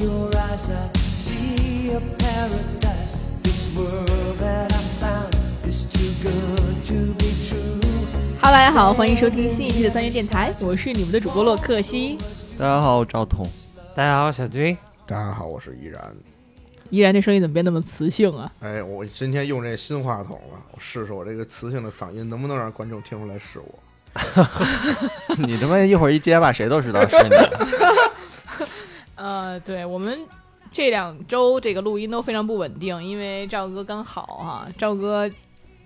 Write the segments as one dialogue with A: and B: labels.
A: eyes, I see a paradise. This world that I found is too good to be true.
B: Hello，大家好，欢迎收听新一期的三元电台，我是你们的主播洛克西。
C: 大家好，我赵 彤。
D: 大家好，小军。
E: 大家好，我是依然。
B: 依然这声音怎么变那么磁性啊？
E: 哎，我今天用这新话筒了，我试试我这个磁性的嗓音能不能让观众听出来是我。
C: 你他妈一会儿一结巴，谁都知道 是你。
B: 呃，对我们这两周这个录音都非常不稳定，因为赵哥刚好哈、赵哥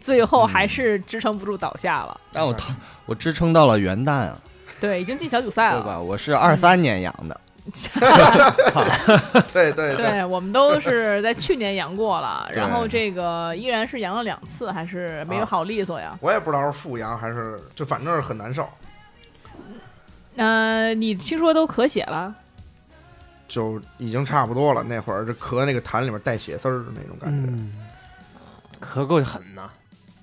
B: 最后还是支撑不住倒下了，
C: 但我头我支撑到了元旦啊，
B: 对，已经进小组赛
C: 对
B: 了。
C: 吧？我是二三年养的，
E: 对对
B: 对，我们都是在去年阳过 了，
C: 对
B: 然后这个依然是阳了两次，还是没有好利索呀。
E: 我也不知道是复阳还是，就反正是很难受。
B: 那、呃你听说都咳血了？
E: 就已经差不多了，那会儿就咳那个痰里面带血丝儿的那种感觉。
D: 嗯，咳够狠呐！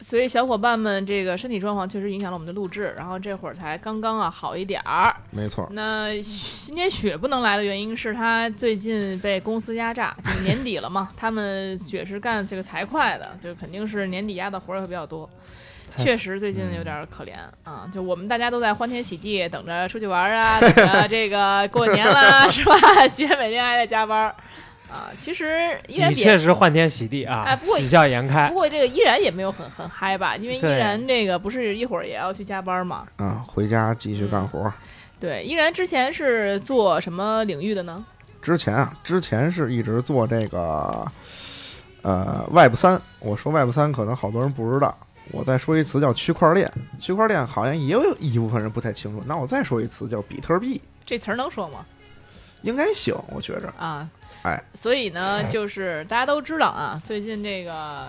B: 所以小伙伴们这个身体状况确实影响了我们的录制，然后这会儿才刚刚啊好一点儿。
E: 没错，
B: 那雪今天雪不能来的原因是他最近被公司压榨，就是年底了嘛，他们雪是干这个财会的，就是肯定是年底压的活儿会比较多。
D: 太
B: 确实最近有点可怜啊，就我们大家都在欢天喜地等着出去玩儿啊，等着这个过年啦， 是吧？雪每天还在加班儿啊，其实依然
D: 你
B: 比
D: 确实欢天喜地啊，
B: 哎不过
D: 喜笑颜
B: 不
D: 开。
B: 过这个依然也没有很很嗨吧，因为依
D: 对
B: 然这个不是一会儿也要去加班嘛。
E: 啊，回家继续干活。
B: 对，依然之前是做什么领域的呢？
E: 之前啊，之前是一直做这个，呃，Web 三。我说 Web 三，可能好多人不知道。我再说一词叫区块链，区块链好像也有一部分人不太清楚。那我再说一词叫比特币，
B: 这词儿能说吗？
E: 应该行，我觉着。
B: 啊，
E: 哎，
B: 所以呢，就是大家都知道啊，最近这个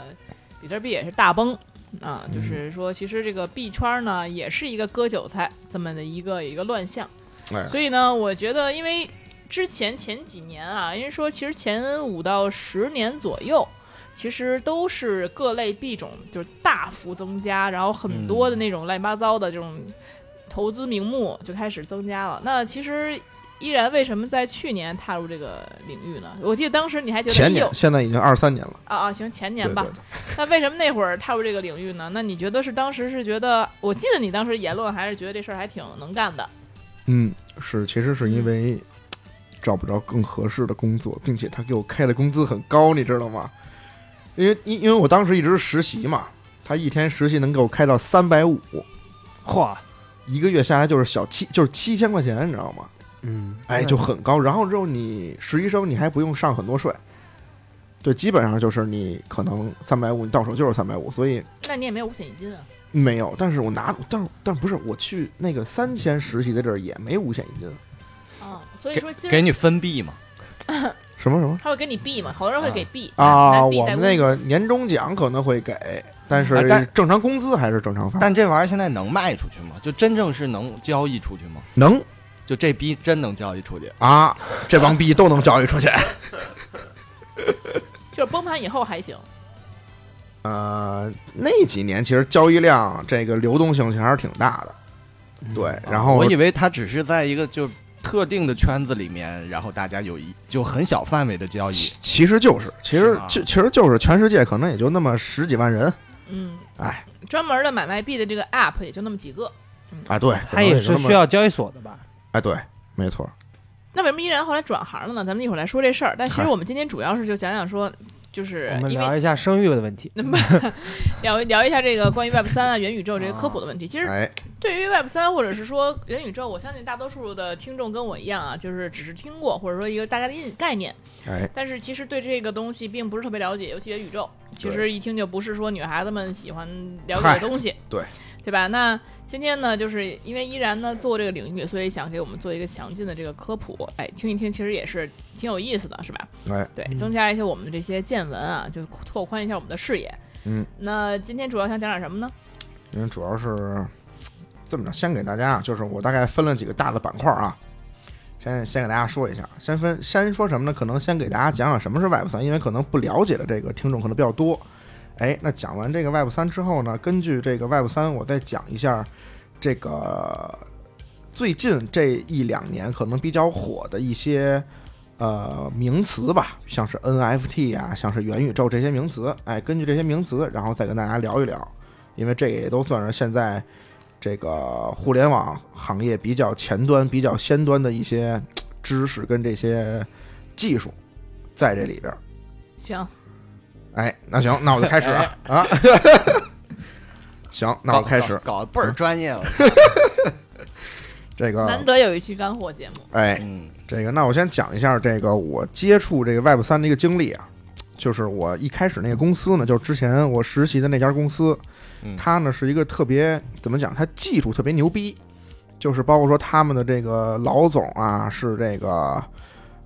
B: 比特币也是大崩啊，就是说，其实这个币圈呢也是一个割韭菜这么的一个一个乱象。
E: 哎
B: 所以呢，我觉得因为之前前几年啊，因为说其实前五到十年左右。其实都是各类币种就是大幅增加，然后很多
E: 嗯
B: 的那种乱七八糟的这种投资名目就开始增加了。那其实依然为什么在去年踏入这个领域呢？我记得当时你还觉得
E: 前
B: 哎
E: 年
B: 呦，
E: 现在已经二三年了。
B: 啊啊，行，前
E: 对
B: 年
E: 对
B: 吧。
E: 对，
B: 那为什么那会儿踏入这个领域呢？那你觉得是当时是觉得，我记得你当时言论还是觉得这事儿还挺能干的，
E: 嗯，是，其实是
B: 嗯
E: 因为找不着更合适的工作，并且他给我开的工资很高，你知道吗？因为因因为我当时一直是实习嘛，他一天实习能给我开到三百五，
D: 嚯，
E: 一个月下来就是小七，就是七千块钱，你知道吗？
D: 嗯，
E: 哎，就很高。然后之后你实习生你还不用上很多税，对，基本上就是你可能三百五，你到手就是三百五，所以
B: 那你也没有五险一金啊。
E: 没有。但是我拿，但是但不是我去那个三千实习的地儿也没五险一金，
B: 啊，所以
C: 给
B: 说其
C: 给
B: 实
C: 你分币嘛。
E: 什么什么。
B: 他会给你币嘛，好多人会给币
E: 啊，
B: 拿币
E: 我
B: 代
E: 们
B: 工
E: 那个年终奖可能会给，但
C: 啊
E: 是
C: 但
E: 正常工资还是正常发。
C: 但这玩意儿现在能卖出去吗？就真正是能交易出去吗？
E: 能
C: 就这逼真能交易出去？
E: 啊，这帮逼都能交易出去。
B: 就是崩盘以后还行。
E: 呃，那几年其实交易量这个流动性还是挺大的，对。然后
C: 啊我以为它只是在一个就特定的圈子里面，然后大家有一就很小范围的交易。
E: 其其实就是，其
C: 是
E: 实
C: 吗
E: 就其实就是全世界可能也就那么十几万人
B: 嗯，
E: 哎，
B: 专门的买卖币的这个 app 也就那么几个。
E: 啊，对，可
D: 他
E: 能
D: 也
E: 就是那么
D: 需要交易所的吧？
E: 哎，对，没错，
B: 那为什么依然后来转行了呢？咱们一会儿来说这事儿。但其实
E: 嗨
B: 我们今天主要是就讲讲说，就是
D: 我们
B: 因为
D: 聊一下生育的问题。
B: 聊聊一下这个关于 Web 三啊、元宇宙这个科普的问题。其实
E: 哎，
B: 对于 Web 三或者是说元宇宙，我相信大多数的听众跟我一样啊，就是只是听过或者说一个大概的印概念，
E: 哎，
B: 但是其实对这个东西并不是特别了解，尤其元宇宙，其实一听就不是说女孩子们喜欢了解的
E: 嗨
B: 东西，
E: 对
B: 对吧？那今天呢，就是因为依然呢做这个领域，所以想给我们做一个详尽的这个科普，哎，听一听其实也是挺有意思的，是吧？
E: 哎，
B: 对，
D: 嗯
B: 增加一些我们的这些见闻啊，就拓宽一下我们的视野。
E: 嗯，
B: 那今天主要想讲点什么呢？
E: 因为主要是这么着，先给大家啊，就是我大概分了几个大的板块啊，先先给大家说一下，先分先说什么呢？可能先给大家讲讲什么是 Web 三，因为可能不了解的这个听众可能比较多。哎，那讲完这个 Web 三之后呢，根据这个 Web 三，我再讲一下这个最近这一两年可能比较火的一些呃名词吧，像是 NFT 啊，像是元宇宙这些名词，哎，根据这些名词，然后再跟大家聊一聊，因为这也都算是现在这个互联网行业比较前端、比较先端的一些嘖知识跟这些技术在这里边儿。啊
B: 行，
E: 哎，那行，那我就开始啊啊， 行，那我开始
C: 搞得倍儿专业了。
E: 这
B: 难
E: 个，
B: 得有一期干货节目，
E: 哎，
C: 嗯
E: 这个，那我先讲一下这个我接触这个 Web 三的一个经历啊，就是我一开始那个公司呢，就是之前我实习的那家公司，
C: 嗯
E: 它呢是一个特别怎么讲，它技术特别牛逼，就是包括说他们的这个老总啊是这个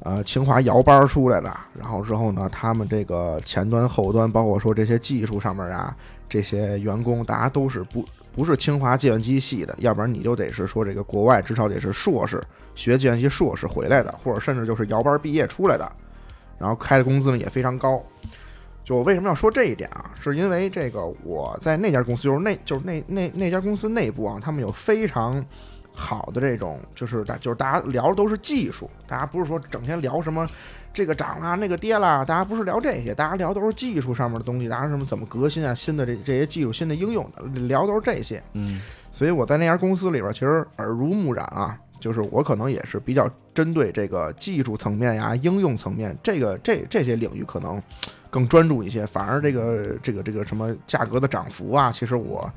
E: 呃清华摇班出来的，然后之后呢，他们这个前端后端，包括说这些技术上面啊，这些员工大家都是不不是清华计算机系的，要不然你就得是说这个国外至少得是硕士学计算机硕士回来的，或者甚至就是摇班毕业出来的，然后开的工资呢也非常高。就我为什么要说这一点啊？是因为这个我在那家公司，就是那就是那那那家公司内部啊，他们有非常好的这种，就是大就是大家聊的都是技术，大家不是说整天聊什么这个涨啦那个跌啦，大家不是聊这些，大家聊都是技术上面的东西，大家什么怎么革新啊，新的这这些技术新的应用的，聊都是这些。
C: 嗯
E: 所以我在那家公司里边，其实耳濡目染啊，就是我可能也是比较针对这个技术层面呀、应用层面这个这这些领域可能更专注一些，反而这个这个这个什么价格的涨幅啊，其实我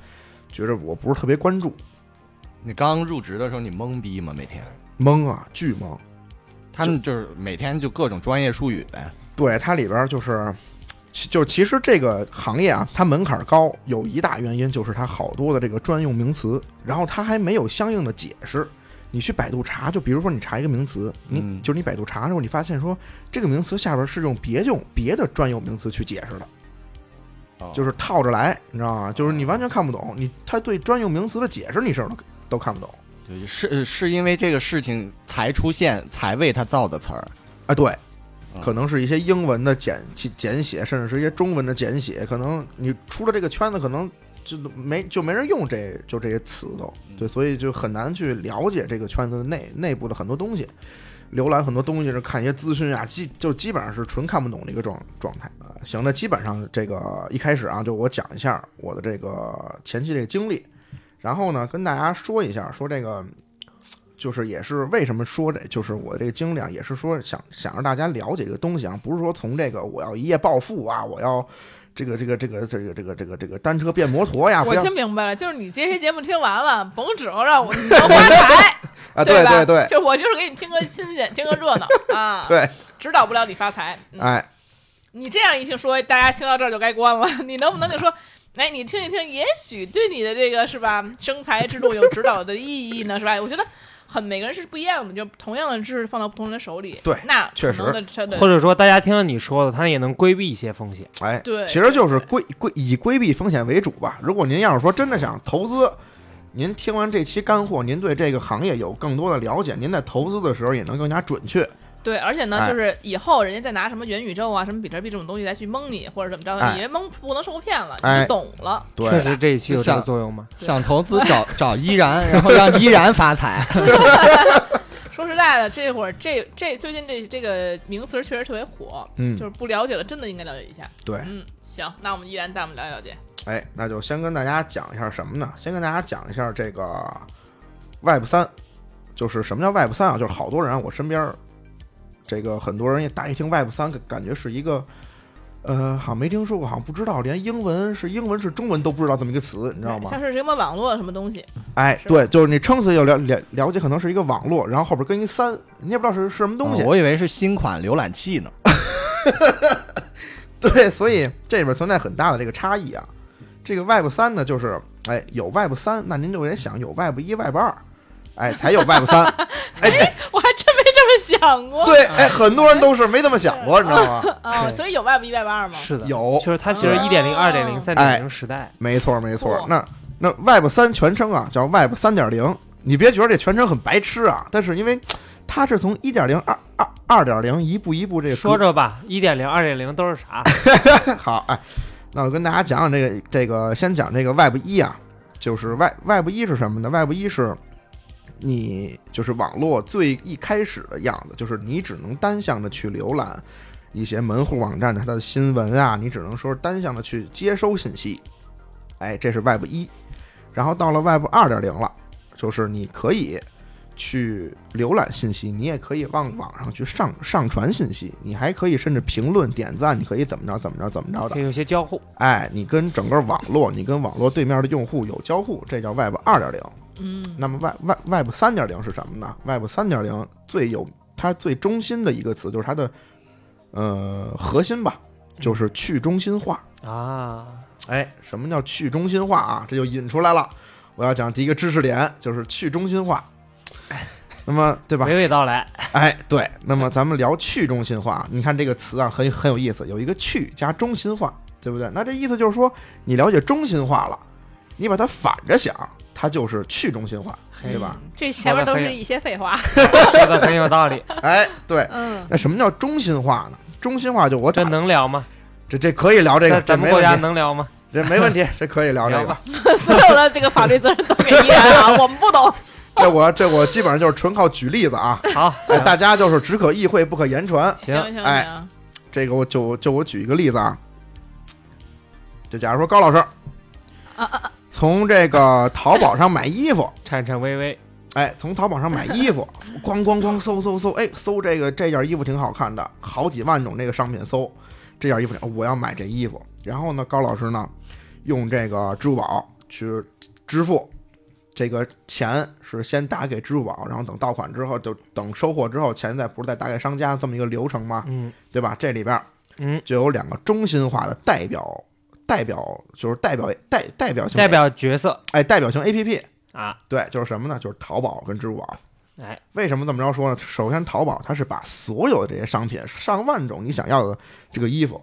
E: 觉着我不是特别关注，
C: 你刚入职的时候你懵逼吗？每天
E: 懵啊，巨懵。
C: 他们就是每天就各种专业术语呗。
E: 对，它里边儿就是，其就其实这个行业啊，它门槛儿高，有一大原因就是它好多的这个专用名词，然后它还没有相应的解释。你去百度查，就比如说你查一个名词，你、
C: 嗯
E: 就是你百度查的时候，你发现说这个名词下边儿是用别用别的专有名词去解释的，
C: 哦
E: 就是套着来，你知道吗？就是你完全看不懂，你他对专用名词的解释你是都都看不懂。
C: 就是是是因为这个事情才出现，才为他造的词儿。
E: 啊，对，
C: 嗯
E: 可能是一些英文的简简简写，甚至是一些中文的简写。可能你出了这个圈子，可能就没就没人用这就这些词都
C: 嗯
E: 对，所以就很难去了解这个圈子的内内部的很多东西，浏览很多东西，是看一些资讯啊，基就基本上是纯看不懂的一个状状态。呃，行，那基本上这个一开始啊，就我讲一下我的这个前期这个经历，然后呢，跟大家说一下，说这个就是也是为什么说这就是我这个经历啊，也是说想想让大家了解这个东西啊，不是说从这个我要一夜暴富啊，我要这个这个这个这个这个这个这个单车变摩托呀，啊不
B: 我
E: 要
B: 听明白了，就是你这期节目听完了，甭指望 让我你能发财，
E: 啊，
B: 对
E: 对
B: 吧
E: 对对
B: 就是我就是给你听个新鲜，听个热 闹啊，
E: 对，
B: 指导不了你发财。嗯
E: 哎，
B: 你这样一听说，大家听到这儿就该关了。你能不能就 说，哎，你听一听，也许对你的这个是吧，生财之路有指导的意义呢，是吧？我觉得很每个人是不一样的，就同样的知识放到不同人手里，
E: 对
B: 那可
E: 确实
B: 能的真的
D: 或者说大家听了你说的，他也能规避一些风险。
E: 哎，
B: 对嗯
E: 其实就是规规以规避风险为主吧。如果您要是说真的想投资，您听完这期干货，您对这个行业有更多的了解，您在投资的时候也能更加准确。
B: 对，而且呢，
E: 哎
B: 就是以后人家再拿什么元宇宙啊、什么比特币这种东西再去蒙你，或者怎么着的，
E: 哎
B: 你别蒙不能受骗了，
E: 哎
B: 你懂了。
E: 对，
D: 确实这一期有这
C: 像
D: 个作用吗？
B: 对
C: 想投资找找依然，然后让依然发财。
B: 说实在的，这会儿这这最近这这个名词确实特别火，
E: 嗯
B: 就是不了解的真的应该了解一下。
E: 对
B: 嗯，行，那我们依然带我们了解了解。
E: 哎，那就先跟大家讲一下什么呢？先跟大家讲一下这个 Web 三，就是什么叫 Web 三啊？就是好多人啊，我身边儿这个很多人也大一听 Web 三，感觉是一个呃，好像没听说过，好像不知道，连英文是英文是中文都不知道这么一个词，你知道吗
B: 像？是什么网络什么东西，
E: 哎
B: 是，吧
E: 对，就是你撑死就了了了解，可能是一个网络，然后后边跟一三，你也不知道是是什么东西。
C: 啊我以为是新款浏览器呢。
E: 对，所以这里边存在很大的这个差异啊。这个 Web 三呢，就是哎有 Web 三，那您就得想有 Web 一、Web 二，哎才有 Web 三。哎，这
B: 我还真没这么想过。
E: 对，哎，很多人都是没这么想过，你知道吗？
B: 啊，所以有外部一外部二吗？哦
D: 是的，
E: 有
D: 就是它其实一点零、二
E: 哎
D: 点零、三点零时代，
E: 没错，没错
B: 嚯。
E: 那那 Web 三全称啊叫 Web 三点零，你别觉得这全称很白痴啊，但是因为它是从一点零、二二二点零一步一步这个
D: 说着吧，一点零、二点零都是 啥？
E: 好，哎，那我跟大家讲讲这个这个，先讲这个 Web 一啊，就是 Web Web 一是什么呢？Web 一是你就是网络最一开始的样子，就是你只能单向的去浏览一些门户网站的它的新闻啊，你只能说是单向的去接收信息。哎，这是 Web 一，然后到了 Web 二点零了，就是你可以去浏览信息，你也可以往网上去上上传信息，你还可以甚至评论、点赞，你可以怎么着怎么着怎么着的
D: 可以。有些交互。
E: 哎，你跟整个网络，你跟网络对面的用户有交互，这叫 Web 二点零。
B: 嗯，
E: 那么 Web Web Web 三点零是什么呢？Web 三点零最有它最中心的一个词就是它的呃核心吧，就是去中心化。
D: 啊，
E: 哎，什么叫去中心化啊？这就引出来了。我要讲第一个知识点就是去中心化。那么对吧？
D: 娓娓道来，
E: 哎，对。那么咱们聊去中心化，你看这个词啊，很很有意思，有一个去加中心化，对不对？那这意思就是说，你了解中心化了，你把它反着想，它就是去中心化，对吧？
B: 嗯
F: 这前面都是一些废话。
D: 说的很有道理，
E: 哎， 对。
F: 嗯，
E: 那什么叫中心化呢？中心化就我
D: 这
E: 这
D: 能聊吗？
E: 这这可以聊这个，
D: 在
E: 这
D: 咱们
E: 没
D: 国家
E: 问题，
D: 能聊吗？
E: 这没问题，这可以聊这
D: 聊
E: 个
D: 吧。，
B: 所有的这个法律责任都给依然啊， 我们不懂。
E: 这我这我基本上就是纯靠举例 子啊，
D: 好，
E: 哎大家就是只可意会不可言传。
D: 行
B: 行行
E: 哎
B: 行，
E: 这个我就就我举一个例子啊，就假如说高老师，从这个淘宝上买衣服，
D: 颤颤巍巍，
E: 哎，从淘宝上买衣服，咣咣咣搜搜搜，哎，搜这个这件衣服挺好看的，好几万种这个商品搜，这件衣服挺我要买这衣服。然后呢，高老师呢，用这个支付宝去支付，这个钱是先打给支付宝，然后等到款之后，就等收货之后，钱再不是再打给商家这么一个流程吗？
D: 嗯
E: 对吧？这里边
D: 嗯，
E: 就有两个中心化的代表，代表就是代表代代表性
D: 代表角色
E: 哎代表性 A P P，
D: 啊，
E: 对，就是什么呢？就是淘宝跟支付宝。
D: 哎，
E: 为什么这么着说呢？首先，淘宝它是把所有这些商品上万种你想要的这个衣服，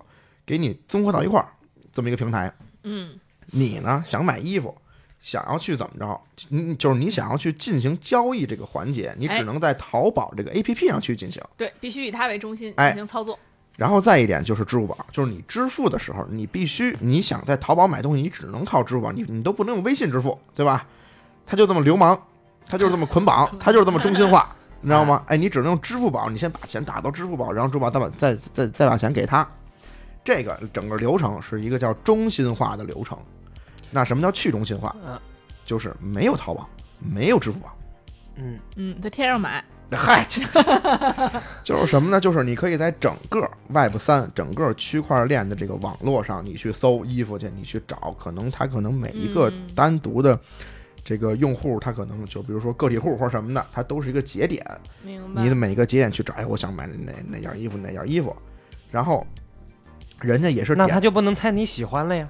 E: 给你综合到一块儿，这么一个平台。
B: 嗯
E: 你呢想买衣服，想要去怎么着？你就是你想要去进行交易这个环节，你
F: 哎
E: 只能在淘宝这个 A P P 上去进行。
F: 对，必须以它为中心
E: 哎
F: 进行操作。
E: 然后再一点就是支付宝，就是你支付的时候，你必须你想在淘宝买东西，你只能靠支付宝，你你都不能用微信支付，对吧？他就这么流氓，他就是这么捆绑，他就是这么中心化，你知道吗？哎，你只能用支付宝，你先把钱打到支付宝，然后支付宝再把再再再把钱给他。这个整个流程是一个叫中心化的流程。那什么叫去中心化？
D: 嗯
E: 就是没有淘宝，没有支付宝。
D: 嗯，
B: 嗯，在天上买，
E: 嗨，这就是什么呢？就是你可以在整个 Web 三整个区块链的这个网络上，你去搜衣服去，你去找，可能它可能每一个
B: 嗯
E: 单独的这个用户，它可能就比如说个体户或者什么的，它都是一个节点，
B: 明白
E: 你？的每个节点去找，哎，我想买哪哪件衣服，哪件衣服，然后人家也是
D: 那他
E: 点，
D: 就不能猜你喜欢了呀，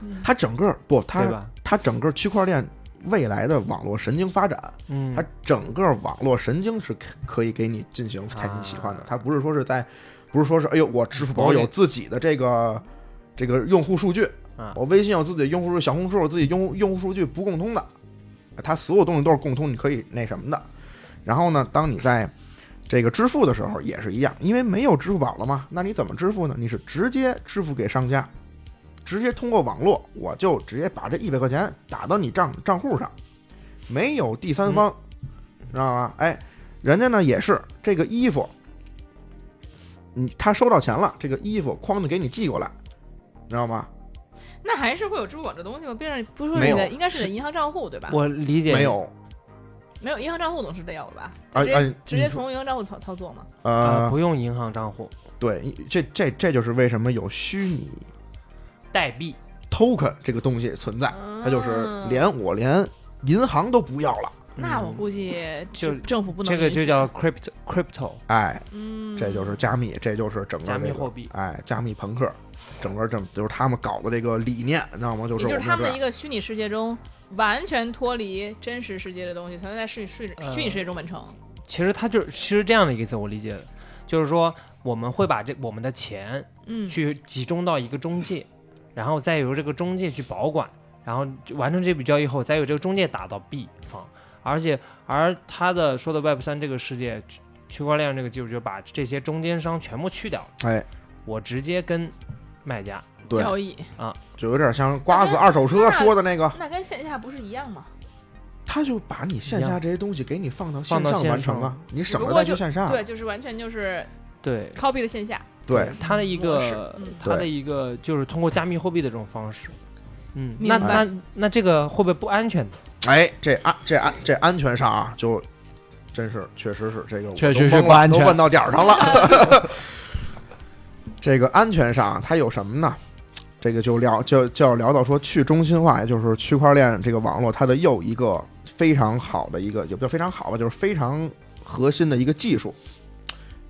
B: 嗯
E: 它整个不，
D: 对
E: 它
D: 吧？
E: 它整个区块链未来的网络神经发展，
D: 嗯
E: 它，整个网络神经是可可以给你进行看你喜欢的
D: 啊，
E: 它不是说是在，不是说是哎呦，我支付宝有自己的这个这个用户数据
D: 啊，
E: 我微信有自己的用户数，小红书有自己用户用户数据，不共通的，它所有东西都是共通，你可以那什么的。然后呢，当你在这个支付的时候也是一样，因为没有支付宝了嘛，那你怎么支付呢？你是直接支付给商家，直接通过网络，我就直接把这一百块钱打到你账账户上，没有第三方，知道吗？哎，人家呢也是这个衣服，你他收到钱了，这个衣服哐的给你寄过来，知道吗？
B: 那还是会有支付宝这东西吗？毕竟不是
E: 没
B: 你
E: 有
B: 的，应该是你的银行账户对吧？
D: 我理解
E: 没，有，
B: 没有银行账户总是得有吧？
E: 哎
B: 直接、
E: 哎，
B: 直接
E: 你说
B: 从银行账户操操作嘛。
D: 呃，
E: 呃，
D: 不用银行账户，
E: 对，这这这就是为什么有虚拟
D: 代币，
E: token 这个东西存在，它
B: 啊嗯
E: 就是连我连银行都不要了，
B: 那我
D: 嗯
B: 估计
D: 就
B: 政府不能
D: 这个
B: 允
D: 就
B: 许
D: 叫 crypto crypto
E: 哎，
B: 嗯，
E: 这就是加密，这就是整个
D: 加密
E: 这个
D: 货币
E: 哎，加密朋克，整个这就是他们搞的这个理念，你知道吗？就是
B: 也就
E: 我
B: 是他们的一
E: 这
B: 个虚拟世界中完全脱离真实世界的东西，才能在虚拟世
D: 呃
B: 虚拟世界中完成。
D: 其实它就是其实这样的一个词，我理解的，就是说我们会把这我们的钱
B: 嗯，
D: 去集中到一个中介，然后再由这个中介去保管，然后就完成这笔交易后，再由这个中介打到 B 方，而且而它的说的 Web 三这个世界区区块链这个技术，就是把这些中间商全部去掉，
E: 哎，
D: 我直接跟卖家，
E: 对，
B: 交易啊
E: 就有点像瓜子二手车说的那个，
B: 那跟线下不是一样吗？
E: 他就把你线下这些东西给你放到
D: 放到
E: 上
D: 线
E: 完成
D: 上
E: 啊，你省
B: 不
E: 着
B: 过
E: 再去
B: 就
E: 线下。
B: 对，就是完全就是
D: 对
B: copy 的线下，
E: 啊对，
D: 它的一
B: 模式
D: 个
B: 嗯
D: 它的
E: 对
D: 一个就是通过加密货币的这种方式。嗯，
B: 明
D: 那
E: 白
D: 那那这个会不会不安全呢？
E: 哎，这安这安这安全上啊，就真是确实是这个我
C: 确
E: 都
C: 实是
E: 懵了
C: 不安全
E: 都问到点儿上嗯了。 这个安全上啊它有什么呢？这个就聊就就要聊到说去中心化，也就是区块链这个网络它的又一个非常好的一个，也不叫非常好吧，就是非常核心的一个技术，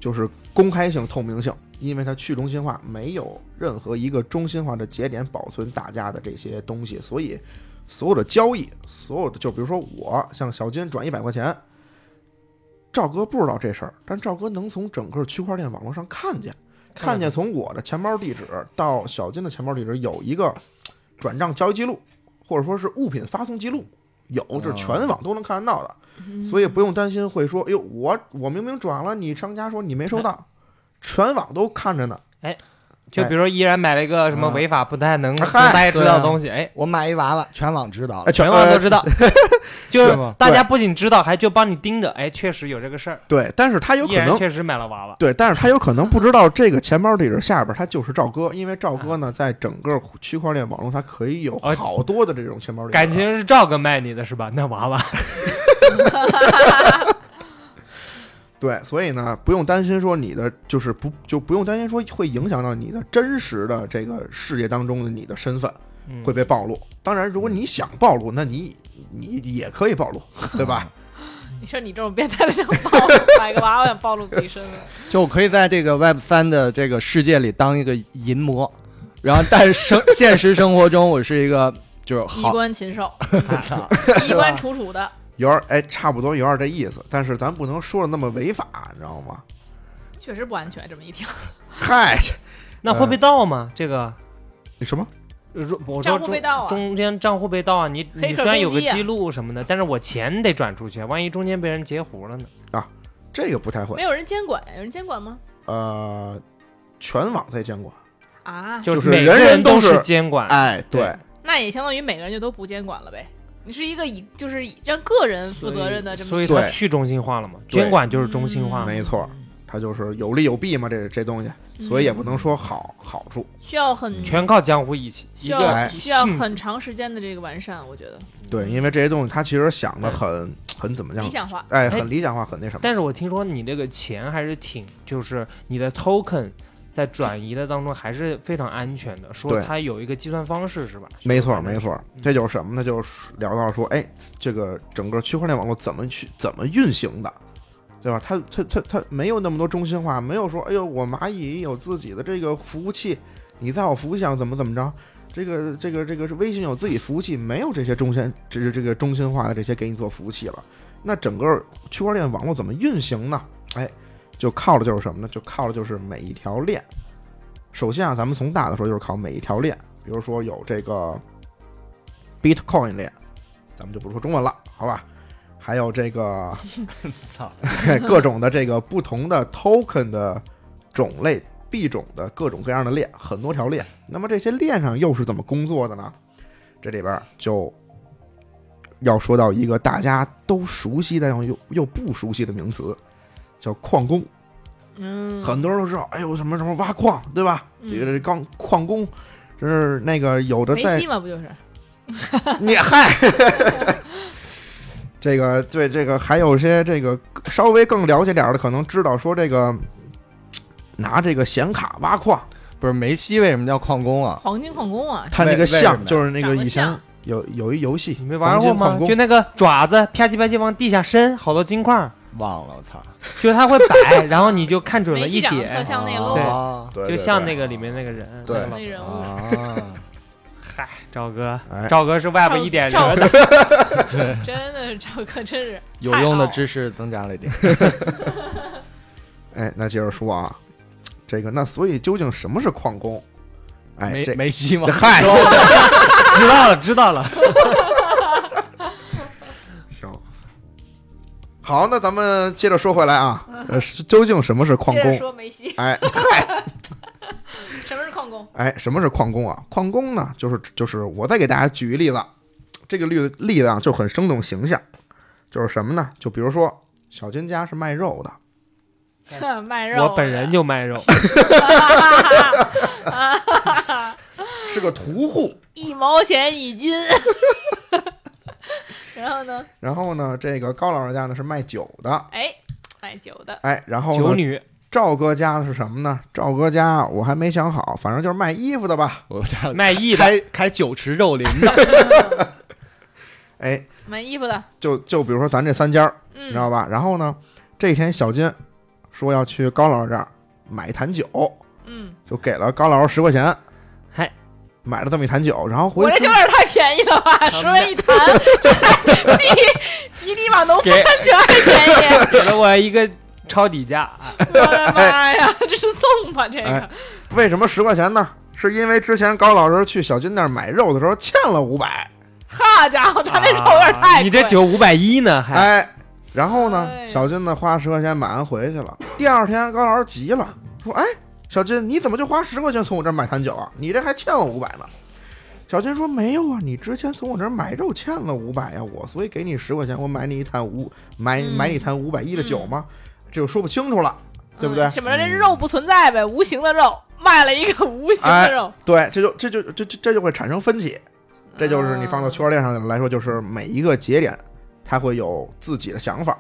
E: 就是公开性、透明性。因为它去中心化，没有任何一个中心化的节点保存大家的这些东西，所以所有的交易，所有的就比如说我向小金转一百块钱，赵哥不知道这事儿，但赵哥能从整个区块链网络上看见，看见从我的钱包地址到小金的钱包地址有一个转账交易记录，或者说是物品发送记录，有，这是全网都能看得到的，
D: 嗯
E: 所以不用担心会说，哎呦，我我明明转了，你商家说你没收到，全网都看着呢。
D: 就比如说，依然买了一个什么违法不太能
E: 哎
D: 不太知道
C: 哎啊对啊
D: 的东西，哎，
C: 我买一娃娃，全网知道
E: 哎，
C: 了。
E: 全
D: 全网
E: 呃
D: 都知 道，就是
C: 吗
D: 大家不仅知道，还就帮你盯着，哎，确实有这个事儿，
E: 对，但是他有
D: 依
E: 可
D: 然
E: 能
D: 确实买了娃娃，
E: 对，但是他有可能不知道这个钱包地址下边，他就是赵哥，因为赵
D: 啊
E: 哥呢，在整个区块链网络，它可以有
D: 哦
E: 好多的这种钱包地址。
D: 感情是赵哥卖你的是吧？那娃娃，
E: 对，所以呢，不用担心说你的就是不就不用担心说会影响到你的真实的这个世界当中的你的身份
D: 嗯
E: 会被暴露。当然，
B: 嗯
E: 如果你想暴露，那你你也可以暴 露，对吧？
B: 嗯你说你这种变态的想暴露，买个娃娃想暴露自己身份，
C: 就我可以在这个 Web 三的这个世界里当一个淫魔，然后但是生 现实生活中我是一个就是
B: 衣
C: 好
B: 冠禽兽，
C: 操
B: 衣冠楚楚的，
E: 有点哎，差不多有点这意思，但是咱不能说的那么违法，你知道吗？
B: 确实不安全。这么一听，
E: 嗨，
D: 那
E: 呃
D: 会被盗吗？这个，
E: 你什么？
D: 如我说
B: 账户
D: 中
B: 被盗啊，
D: 中间账户被盗啊，你
B: 黑
D: 你
B: 客
D: 虽然有
B: 攻
D: 个
B: 击啊
D: 记录什么的，但是我钱得转出去，万一中间被人截胡了呢？
E: 这个不太会
B: 没，有人监管，有人监管吗？
E: 呃，全网在监管。
B: 啊，
D: 就是
E: 是
D: 每个
E: 人人
D: 人
E: 都
D: 是
E: 是
D: 监管，
E: 哎，对，
D: 对
B: 那也相当于每个人就都不监管了呗。你是一个以就是以让个人负责任的这么
D: 所以
B: 一
D: 所
B: 个
D: 以
E: 对
D: 它去中心化了嘛，
E: 对
D: 监管就是中心化
B: 嗯
D: 嘛，
E: 没错，它就是有利有弊嘛，这这东西，所以也不能说好好处。
B: 需要很
D: 全靠江湖义气，
B: 需
D: 一
E: 哎
B: 要需要
D: 性子
B: 很长时间的这个完善，我觉得
E: 对，因为这些东西它其实想的很很怎
B: 嗯
E: 么
B: 理
E: 样，
B: 想化。
E: 哎，很理想化，很那什么。
D: 但是我听说你这个钱还是挺，就是你的 token 在转移的当中还是非常安全的，说
E: 对
D: 它有一个计算方式是吧？
E: 没错，
D: 是吧嗯
E: 没。错，这就是什么呢？就是聊到说，哎，这个整个区块链网络怎么去怎么运行的，对吧？它它它它没有那么多中心化，没有说，哎呦，我蚂蚁有自己的这个服务器，你在我服务器上怎么怎么着？这个这个这个是微信有自己服务器，没有这些中心，这是这个中心化的这些给你做服务器了。那整个区块链网络怎么运行呢？哎，就靠的就是什么呢？就靠的就是每一条链。首先啊，咱们从大的说，就是靠每一条链，比如说有这个 Bitcoin 链，咱们就不说中文了，好吧？还有这个
C: 操
E: 各种的这个不同的 token 的种类、币种的各种各样的链，很多条链。那么这些链上又是怎么工作的呢？这里边就要说到一个大家都熟悉但又又又不熟悉的名词，叫矿工。
B: 嗯，
E: 很多人都知道，哎呦，什么什么挖矿，对吧？
B: 嗯
E: 这个刚矿工，就是那个有的
B: 梅
E: 在
B: 西嘛，不就是
E: 你嗨， 这个对这个还有些这个稍微更了解点儿的，可能知道说这个拿这个显卡挖矿，
C: 不是梅西为什么叫矿工啊？
B: 黄金矿工啊？
E: 它那
C: 为
E: 个
C: 为什么
E: 像
C: 呀
E: 就是那个
B: 长得
E: 以前
B: 像
E: 有有一游戏，
D: 你没玩
E: 黄
D: 过
E: 金矿
D: 吗？
E: 工
D: 就那个爪子啪叽啪叽往地下伸，好多金块儿，
C: 忘了，我操！
D: 就是它会 摆，然后你就看准了
B: 梅
D: 一
B: 西长得特
D: 点，
B: 像那个
D: 对
B: logo
C: 哦
E: 对
D: 就像那个里面那个人。
E: 对
D: 那个老
B: 那人物，
C: 啊，
D: 嗨，赵哥
E: 哎，
D: 赵哥是外边
B: 赵
D: 一点
B: 赵
D: 人的，
B: 真的是赵哥，真是
C: 有用的知识增加了一点。
E: 哎，那接着说啊，这个那所以究竟什么是矿工？哎，
C: 梅
E: 这
C: 梅西吗？
E: 嗨，
D: 知道了，知 道了。
E: 行。好，那咱们接着说回来啊，呃，是究竟什么是矿
B: 嗯接着
E: 工？
B: 说梅西，
E: 哎，
B: 什么是矿工？
E: 哎，什么是矿工啊？矿工呢，就是就是我再给大家举一个例子，这个例子例子啊就很生动形象，就是什么呢？就比如说小金家是卖肉的，
B: 卖肉的，
D: 我本人就卖 肉，
E: 是个屠户。
B: 一毛钱一斤。 然后呢？
E: 然后呢，这个高老师家呢是卖酒的，
B: 哎，卖酒 的，
E: 哎，然后
D: 酒
E: 呢，
D: 女
E: 赵哥家是什么呢？赵哥家我还没想好，反正就是卖衣服的吧。
C: 我家
D: 卖艺的，
C: 开开酒池肉林的，
E: 哎，
B: 嗯买衣服的，
E: 就就比如说咱这三家儿，你
B: 嗯
E: 知，道吧？然后呢，这天小金说要去高老师这儿买一坛酒，
B: 嗯，
E: 就给了高老师十块钱，
D: 嗨，
E: 买了这么一坛酒，然后回
B: 我这
E: 去
B: 酒有点太便宜了吧，十
D: 们家
B: 文一坛， 比比你往农夫
D: 给哎
B: 山泉还 便宜，
D: 给了我一个抄底价，啊
B: 我的妈呀，这是送吧？这
E: 哎
B: 个，
E: 为什么十块钱呢？是因为之前高老师去小金那儿买肉的时候欠了五百，
B: 好家 伙，他那酒有点太
E: 啊
B: 贵，
D: 啊你这酒五百一呢，还
E: 哎，然后呢，
B: 哎呀
E: 小金呢花十块钱买完回去了。第二天高老师急了，说：“哎，小金你怎么就花十块钱从我这儿买坛酒啊？你这还欠我五百呢。”小金说：“没有啊，你之前从我这儿买肉欠了五百呀，我所以给你十块钱，我买你一坛五买
B: 嗯
E: 买你一坛五百一的酒吗？这就说不清楚了，对不对？
B: 嗯什么这肉不存在呗，无形的肉，卖了一个无形的肉，
E: 对，这就这就这这这就会产生分歧，哎这就是你
B: 啊
E: 放到区块链上来说，就是每一个节点，它会有自己的想法，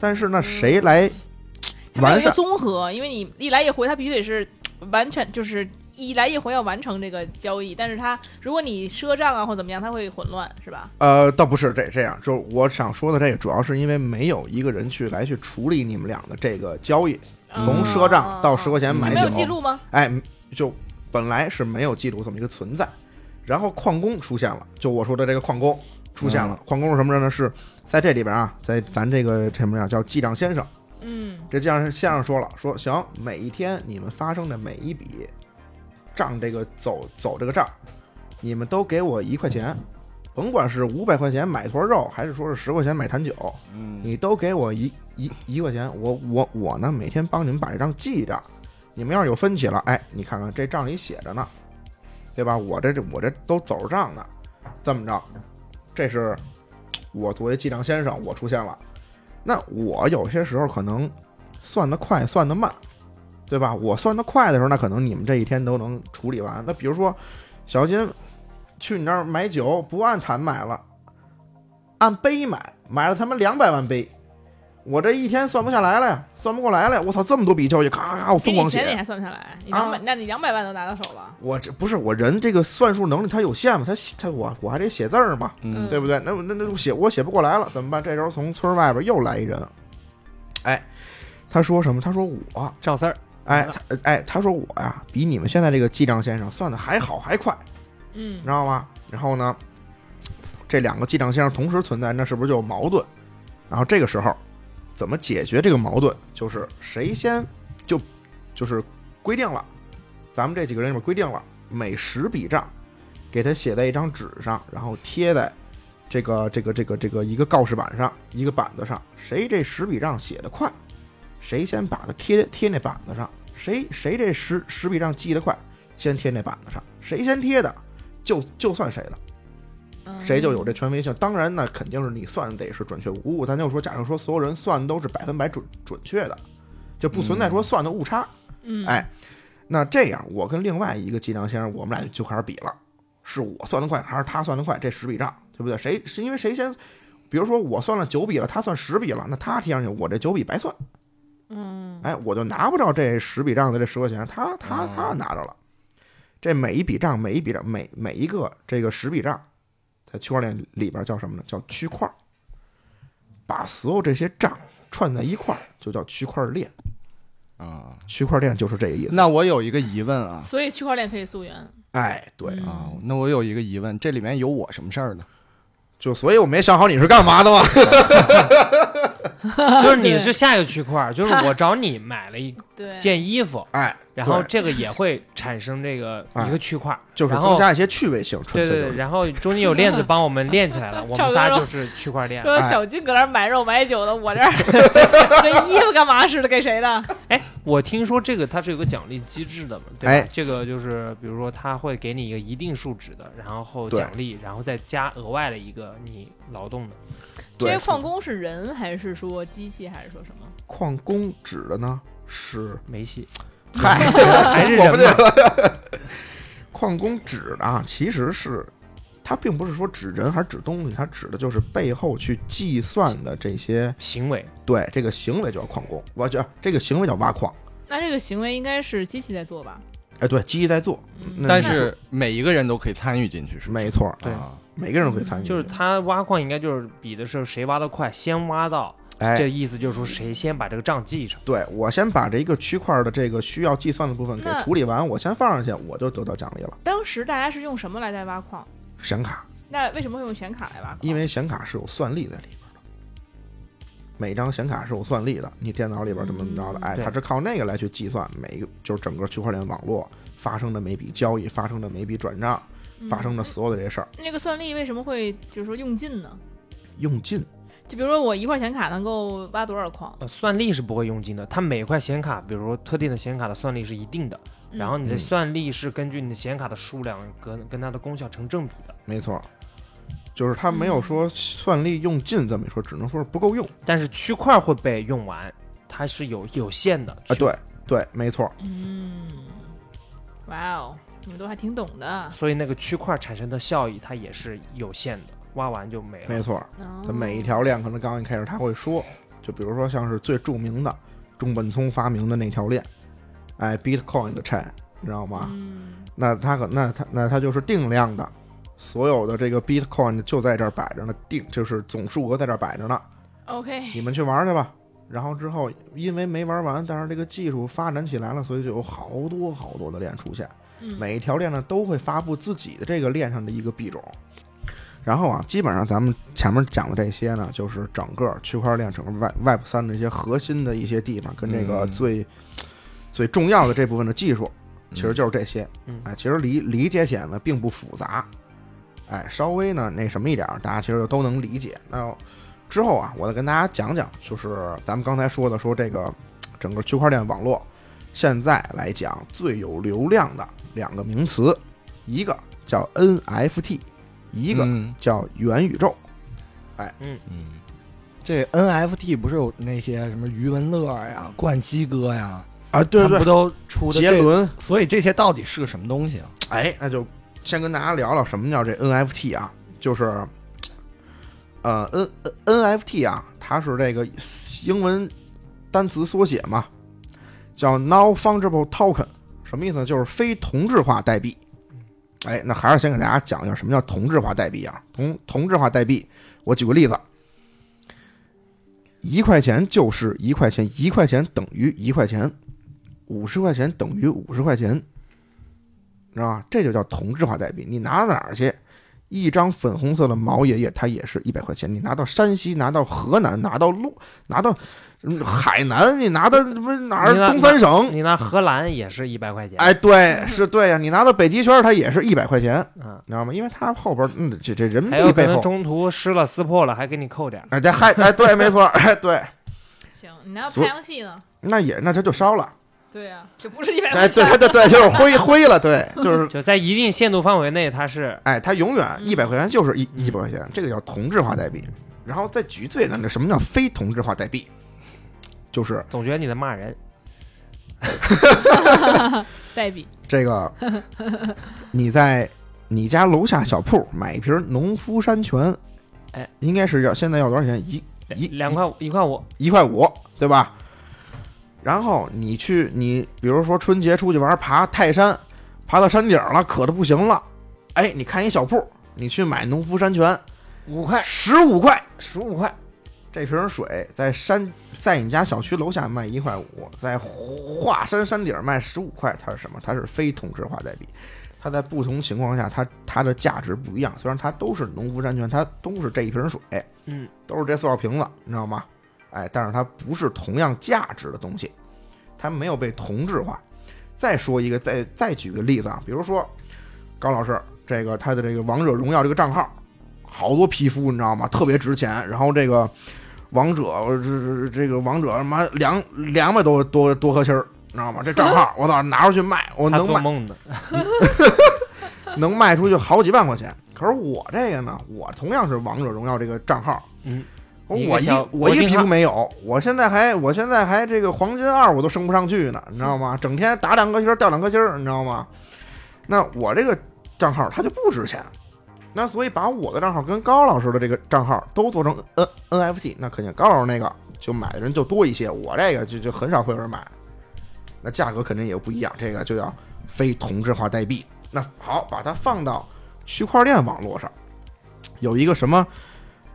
E: 但是
B: 嗯
E: 呢，谁来
B: 它有
E: 完
B: 一个
E: 善？
B: 综合，因为你一来一回，它必须得是完全就是一来一回要完成这个交易，但是它如果你赊账啊或怎么样，它会混乱，是吧？
E: 呃，倒不是这这样，就是我想说的这个，主要是因为没有一个人去来去处理你们俩的这个交易，从赊账到十块钱
B: 嗯
E: 买
B: 就没有记
E: 酒，
B: 录吗？
E: 哎，就本来是没有记录这么一个存在，然后矿工出现了，就我说的这个矿工出现了，矿工是什么人呢？是在这里边啊，在咱这个这什么呀，叫记账先生。
B: 嗯，
E: 这将先生说了，说行，每一天你们发生的每一笔账，这个走走这个账，你们都给我一块钱，甭管是五百块钱买坨肉，还是说是十块钱买坛酒，
C: 嗯，
E: 你都给我一一一块钱，我我我呢每天帮你们把这账记着，你们要是有分歧了，哎，你看看这账里写着呢，对吧？我这这我这都走着账呢，这么着，这是我作为记账先生我出现了，那我有些时候可能算得快，算得慢，对吧？我算得快的时候，那可能你们这一天都能处理完。那比如说小金去你那儿买酒，不按坛买了。按杯买，买了他妈两百万杯，我这一天算不下来了呀，算不过来了呀！我操，这么多笔交易，咔咔，我
B: 给
E: 疯
B: 你
E: 狂
B: 钱你
E: 写。
B: 还算不下来，你
E: 啊
B: 两百，那你两百万都拿到手了，
E: 我这不是我人这个算术能力它有限嘛，他他我我还得写字儿嘛，
C: 嗯
E: 对不对？那我那那我写我写不过来了，怎么办？这时候从村儿外边又来一人，哎，他说什么？他说我，
D: 赵四儿，
E: 哎，他哎，他说我呀，比你们现在这个记账先生算的还好还快，
B: 嗯
E: 你知，道吗？然后呢，这两个记账先生同时存在，那是不是就有矛盾？然后这个时候怎么解决这个矛盾？就是谁先就就是规定了，咱们这几个人里面规定了，每十笔账给他写在一张纸上，然后贴在这个这个这个这个一个告示板上，一个板子上，谁这十笔账写得快，谁先把它贴贴那板子上，谁谁这十十笔账记得快，先贴那板子上，谁先贴的。就就算谁了，
B: 嗯
E: 谁就有这权威性。当然呢，肯定是你算得是准确无误。咱就说，假设说所有人算都是百分百准准确的，就不存在说算的误差。
B: 嗯，
E: 哎，那这样，我跟另外一个计账先生，我们俩就开始比了，是我算得快还是他算得快？这十笔账，对不对？谁是因为谁先？比如说我算了九笔了，他算十笔了，那他贴上去，我这九笔白算。
B: 嗯，
E: 哎，我就拿不着这十笔账的这十块钱，他他他拿着了。这每一笔账，每一笔账，每每一个这个十笔账，在区块链里边叫什么呢？叫区块儿。把所有这些账串在一块儿，就叫区块链。
C: 啊。
E: 区块链就是这个意思。
C: 那我有一个疑问啊
B: 所以区块链可以溯源，
E: 哎，对，
B: 嗯
C: 啊，那我有一个疑问，这里面有我什么事儿呢？
E: 就所以我没想好你是干嘛的嘛。
D: 就是你是下一个区块儿，就是我找你买了一
B: 对，
D: 件衣服，
E: 哎，
D: 然后
E: 对
D: 这个也会产生这个
E: 哎
D: 一个区块儿，
E: 就是
D: 然
E: 增
D: 后
E: 加一些趣味性，纯
D: 对
E: 粹
D: 对
E: 就
D: 对，
E: 是。
D: 然后中间有链子帮我们链起来了，我
B: 赵哥
D: 们仨
B: 说
D: 就是区块链。
E: 哎
B: 说小金搁那儿买肉买酒的，我这儿跟衣服干嘛似的，给谁的？
D: 我听说这个它是有个奖励机制的嘛，对吧？
E: 哎
D: 这个就是比如说它会给你一个一定数值的，然后
E: 对
D: 奖励，然后再加额外的一个你劳动的。
B: 这
E: 对
B: 些，矿工是人还是说机器还是说什么？
E: 矿工指的呢是，
D: 没戏，
E: 嗨，
D: 还是
E: 我
D: 人
E: 们
D: 嘛
E: 这个 矿工指的啊，其实是它并不是说指人还是指东西，它指的就是背后去计算的这些
D: 行为，
E: 对这个行为叫矿工，我觉得这个行为叫挖矿。
B: 那这个行为应该是机器在做吧？
E: 哎，对，机器在做，
B: 嗯
E: 那
C: 但
E: 你
C: 是每一个人都可以参与进去，是
E: 说
C: 不是
E: 没错，
D: 对
C: 啊
E: 每个人都可以参与，
D: 就是他挖矿应该就是比的是谁挖得快，先挖到。
E: 哎
D: 这，意思就是说谁先把这个账记上。
E: 对我先把这一个区块的这个需要计算的部分给
B: 那
E: 处理完，我先放上去，我就得到奖励了，
B: 当时大家是用什么来在挖矿？
E: 显卡，
B: 那为什么会用显卡来挖矿？
E: 因为显卡是有算力在里边的，每张显卡是有算力的，你电脑里边怎么怎么着的，哎，
D: 对
E: 它是靠那个来去计算每一个就是整个区块链网络发生的每笔交易、发生的每笔转账、发生的所有的这些事儿，
B: 嗯那个算力为什么会就是说用尽呢？
E: 用尽
B: 就比如说我一块显卡能够挖多少矿？
D: 呃，算力是不会用尽的，它每块显卡，比如说特定的显卡的算力是一定的，
B: 嗯
D: 然后你
E: 嗯
D: 的算力是根据你的显卡的数量跟跟它的功效成正比的。
E: 没错。就是它没有说算力用尽这么一说，只能说是不够用
D: 但是区块会被用完，它是有有限的。
E: 啊！
D: 区
E: 对对，没错，
B: 嗯，哇哦，你们都还挺懂的。
D: 所以那个区块产生的效益它也是有限的，挖完就没了。
E: 没错。
B: 哦
E: 它每一条链可能刚一开始他会说，就比如说像是最著名的中本聪发明的那条链，哎，Bitcoin 的 chain，你知道吗？
B: 嗯，
E: 那它可那它那它就是定量的，所有的这个 Bitcoin 就在这儿摆着呢，定就是总数额在这儿摆着呢，
B: OK，
E: 你们去玩去吧。然后之后，因为没玩完，但是这个技术发展起来了，所以就有好多好多的链出现。
B: 嗯
E: 每一条链呢都会发布自己的这个链上的一个币种。然后啊，基本上咱们前面讲的这些呢，就是整个区块链、整个 Web Web 三的一些核心的一些地方，跟这个
C: 嗯
E: 最、最重要的这部分的技术，其实就是这些。
D: 嗯
E: 哎，其实理理解起来呢并不复杂，哎，稍微呢那什么一点儿，大家其实就都能理解。那之后啊，我再跟大家讲讲，就是咱们刚才说的，说这个整个区块链网络现在来讲最有流量的两个名词，一个叫 NFT，一个
C: 嗯
E: 叫元宇宙。
C: 嗯，这 NFT 不是有那些什么余文乐呀、冠希哥呀，
E: 啊，
C: 他
E: 对
C: 们不
E: 对，
C: 都出的
E: 杰
C: 这？
E: 伦，
C: 所以这些到底是个什么东西啊？
E: 哎，那就先跟大家聊聊什么叫这 NFT 啊，就是，呃，N N NFT 啊，它是这个英文单词缩写嘛，叫 Non Fungible Token，什么意思呢？就是非同质化代币。哎，那还是先给大家讲一下什么叫同质化代币啊。同同质化代币，我举个例子，一块钱就是一块钱，一块钱等于一块钱，五十块钱等于五十块钱，知道吧？这就叫同质化代币。你拿到哪儿去？一张粉红色的毛爷爷，它也是一百块钱。你拿到山西，拿到河南，拿到洛，拿到嗯海南，你拿到什么哪儿
D: 你拿
E: 东三省？
D: 你拿荷兰也是一百块钱，啊
E: 哎，对，是对呀、你拿到北极圈，它也是一百块钱，
D: 嗯，
E: 你知道吗？因为它后边，嗯，这这人民
D: 还有
E: 币
D: 可
E: 背
D: 能
E: 后，
D: 中途湿了撕破了还给你扣点儿。
E: 哎，这还哎，对，没错，哎，对，
B: 行，你拿到
E: 所
B: 太阳系呢？
E: 那也那它就烧了，
B: 对呀、这不是一百
E: 哎，对对对对，就是灰灰了，对，就 是
D: 就在一定限度范围内，它是
E: 哎，它永远
B: 嗯
E: 一百块钱就是一
D: 嗯
E: 一百块钱，这个叫同质化代币。然后再举最简单的，什么叫非同质化代币？就是
D: 总觉得你在骂人。
B: 代币，
E: 这个，你在你家楼下小铺买一瓶农夫山泉，
D: 哎，
E: 应该是要现在要多少钱？一一
D: 两块五一块五，
E: 一块五，对吧？然后你去，你比如说春节出去玩，爬泰山，爬到山顶了，渴的不行了，哎，你看一小铺，你去买农夫山泉，
D: 五块
E: 十五块
D: 十五块，
E: 这瓶水，在山在你们家小区楼下卖一块五，在华山山顶卖十五块，它是什么？它是非同质化代币，它在不同情况下，它它的价值不一样。虽然它都是农夫山泉，它都是这一瓶水，
D: 嗯，
E: 都是这塑料瓶子，你知道吗？哎，但是它不是同样价值的东西，它没有被同质化。再说一个，再再举个例子啊，比如说高老师这个他的这个王者荣耀这个账号，好多皮肤你知道吗？特别值钱。然后这个王者这这这个王者他妈两两百多多多颗星儿，你知道吗？这账号我操拿出去卖，我
D: 他
E: 能
D: 做
E: 卖
D: 梦呢，
E: 能卖出去好几万块钱。可是我这个呢，我同样是王者荣耀这个账号，
D: 嗯，
E: 我
D: 一个
E: 我一
D: 小
E: 我
D: 国
E: 一
D: 金
E: 皮
D: 号
E: 肤没有，我现在还我现在还这个黄金二我都升不上去呢，你知 道吗？整天打两颗星儿掉两颗星儿，你知道吗？那我这个账号它就不值钱，那所以把我的账号跟高老师的这个账号都做成 N NFT，那肯定高老师那个就买的人就多一些，我这个就就很少会有人买，那价格肯定也不一样，这个就要非同质化代币。那好，把它放到区块链网络上，有一个什么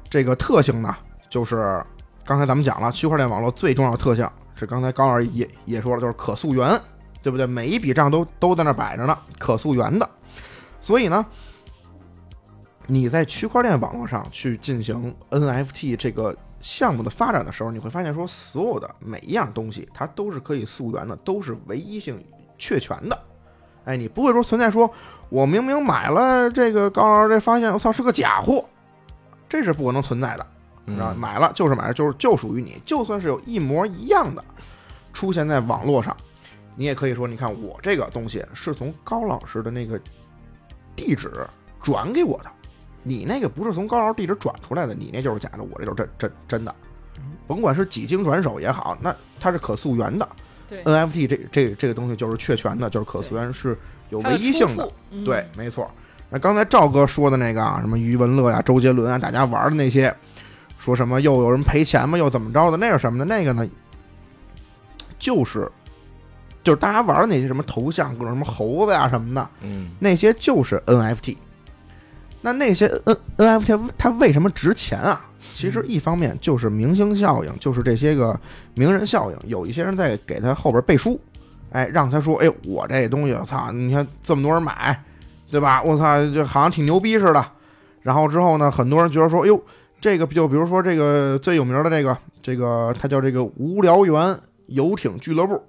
E: 这个特性呢？就是刚才咱们讲了，区块链网络最重要的特性是刚才高老师也也说了，就是可溯源，对不对？每一笔账都都在那儿摆着呢，可溯源的。所以呢，你在区块链网络上去进行 NFT 这个项目的发展的时候，你会发现说，所有的每一样东西它都是可以溯源的，都是唯一性确权的。哎，你不会说存在说，我明明买了这个高老师这，发现我操是个假货，这是不可能存在的。你知道，
C: 嗯
E: 买了就是买了，就是就属于你。就算是有一模一样的出现在网络上，你也可以说，你看我这个东西是从高老师的那个地址转给我的，你那个不是从高老师地址转出来的，你那就是假的，我这就是真真真的。
B: 嗯
E: 甭管是几经转手也好，那它是可溯源的。
B: 对
E: NFT 这这这个东西就是确权的，就是可溯源是有
B: 它
E: 唯
B: 的
E: 一
B: 出
E: 性的
B: 处。，嗯
E: 对，没错。那刚才赵哥说的那个啊，什么余文乐呀、周杰伦啊，大家玩的那些，说什么又有人赔钱嘛，又怎么着的，那是什么的？那个呢，就是就是大家玩的那些什么头像，各种什么猴子呀、什么的，
C: 嗯
E: 那些就是 NFT。那那些 N N NFT 它为什么值钱啊？其实一方面就是明星效应，就是这些个名人效应，有一些人在给他后边背书，哎，让他说，哎，我这东西，操，你看这么多人买，对吧？我操，就好像挺牛逼似的。然后之后呢，很多人觉得说，哎呦，这个就比如说这个最有名的这个这个，它叫这个无聊猿游艇俱乐部，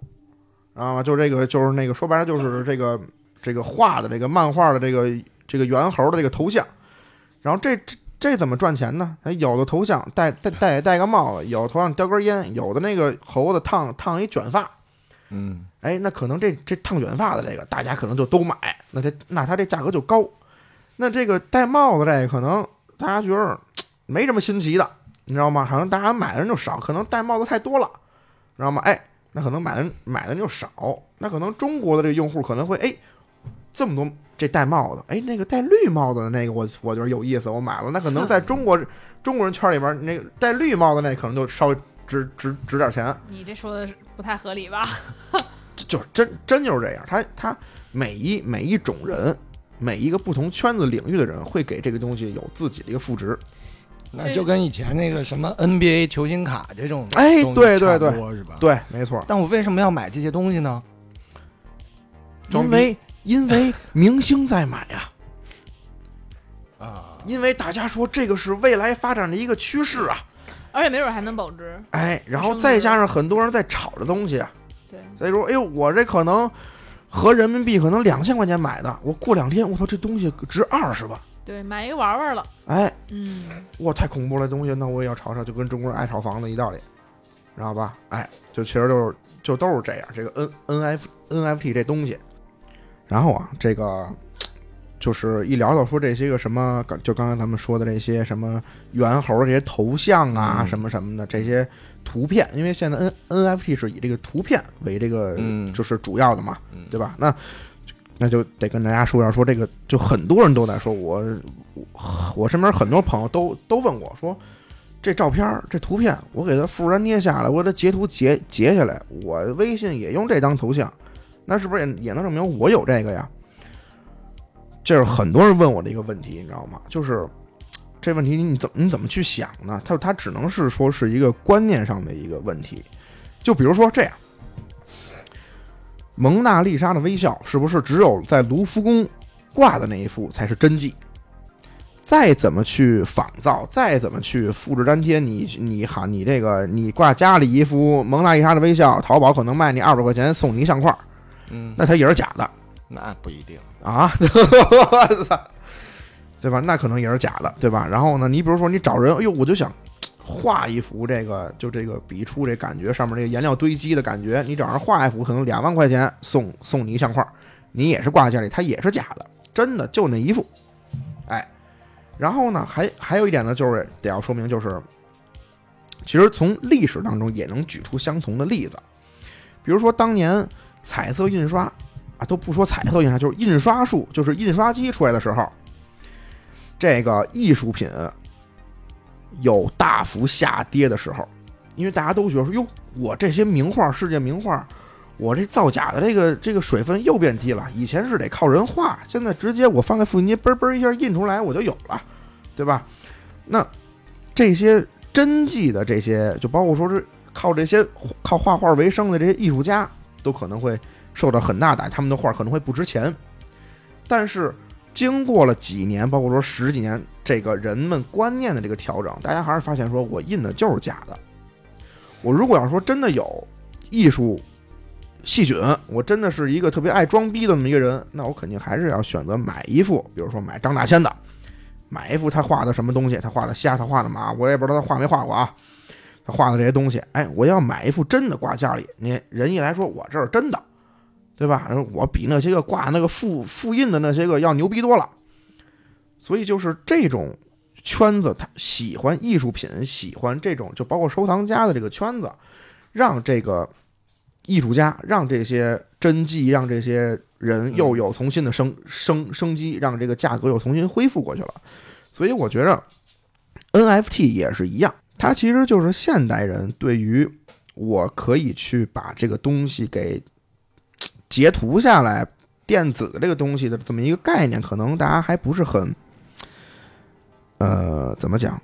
E: 啊，就这个就是那个说白了就是这个这个画的这个漫画的这个这个猿猴的这个头像，然后这这这怎么赚钱呢？哎有的头像戴戴戴戴个帽子，有的头上叼根烟，有的那个猴子烫烫一卷发，
C: 嗯
E: 哎，那可能这这烫卷发的这个大家可能就都买，那这那它这价格就高，那这个戴帽子这个可能大家觉得没什么新奇的，你知道吗？好像大家买的人就少，可能戴帽子太多了，知道吗？哎，那可能买的人买的人就少，那可能中国的这个用户可能会哎，这么多这戴帽子，哎，那个戴绿帽子的那个我我觉得有意思，我买了。那可能在中国中国人圈里边，那个戴绿帽子那可能就稍微值值值点钱，
F: 你这说的是不太合理吧？
E: 这就是真真就是这样，他他每一每一种人。每一个不同圈子领域的人会给这个东西有自己的一个赋值，
C: 那就跟以前那个什么 NBA 球星卡这种
E: 哎
C: 东西
E: 对对
C: 差不
E: 对
C: 多是吧？。
E: 对，没错，
C: 但我为什么要买这些东西呢？装
E: 因为因为明星在买呀、
C: 啊，
E: 因为大家说这个是未来发展的一个趋势啊，
F: 而且没准还能保值。
E: 哎，然后
F: 升值
E: 再加上很多人在炒这东西啊，
F: 对，
E: 所以说，哎呦，我这可能合人民币可能两千块钱买的，我过两天，我操，这东西值二十万，
F: 对，买一个玩玩了。
E: 哎，
F: 嗯，
E: 哇，太恐怖了，东西，那我也要炒炒，就跟中国人爱炒房子一道理，知道吧？哎，就其实就是就都是这样，这个 N N F N F T 这东西，然后啊，这个就是一聊到说这些个什么，刚就刚才咱们说的这些什么猿猴这些头像啊，
C: 嗯
E: 什么什么的这些图片，因为现在 N N F T 是以这个图片为这个
C: 嗯
E: 就是主要的嘛，
C: 嗯
E: 对吧？那那就得跟大家说一下，说这个就很多人都在说我，我我身边很多朋友都都问我说，这照片儿这图片我给它复制粘贴下来，我给它截图截截下来，我微信也用这张头像，那是不是也也能证明我有这个呀？这是很多人问我的一个问题，你知道吗？就是这问题你怎你怎么去想呢？他他只能是说是一个观念上的一个问题，就比如说这样。蒙娜丽莎的微笑是不是只有在卢浮宫挂的那一幅才是真迹？再怎么去仿造，再怎么去复制粘贴，你你哈，你这个你挂家里一幅蒙娜丽莎的微笑，淘宝可能卖你二百块钱送你一相框，
C: 嗯，
E: 那它也是假的
C: 那不一定。
E: 啊！ 我操，对吧？那可能也是假的，对吧？然后呢，你比如说你找人，哎呦，我就想画一幅这个就这个笔触这感觉上面这个颜料堆积的感觉，你找人画一幅可能两万块钱送送你一相框，你也是挂在家里，它也是假的，真的就那一幅，哎，然后呢还还有一点呢，就是得要说明就是，其实从历史当中也能举出相同的例子，比如说当年彩色印刷啊，都不说彩色印刷，就是印刷术，就是印刷机出来的时候，这个艺术品有大幅下跌的时候，因为大家都觉得说，哟，我这些名画，世界名画，我这造假的这个这个水分又变低了。以前是得靠人画，现在直接我放在复印机，嘣嘣一下印出来，我就有了，对吧？那这些真迹的这些，就包括说是靠这些靠画画为生的这些艺术家，都可能会受到很大打击，他们的画可能会不值钱。但是经过了几年，包括说十几年，这个人们观念的这个调整，大家还是发现说我印的就是假的。我如果要说真的有艺术细菌，我真的是一个特别爱装逼的那么一个人，那我肯定还是要选择买一幅，比如说买张大千的，买一幅他画的什么东西，他画的虾，他画的马，我也不知道他画没画过啊。他画的这些东西，哎，我要买一幅真的挂家里，你人一来说我这是真的，对吧？然后我比那些个挂那个复复印的那些个要牛逼多了。所以就是这种圈子，他喜欢艺术品，喜欢这种就包括收藏家的这个圈子，让这个艺术家，让这些真迹，让这些人又有重新的生生生机，让这个价格又重新恢复过去了。所以我觉着 NFT 也是一样，它其实就是现代人对于我可以去把这个东西给截图下来，电子这个东西的这么一个概念，可能大家还不是很，呃，怎么讲，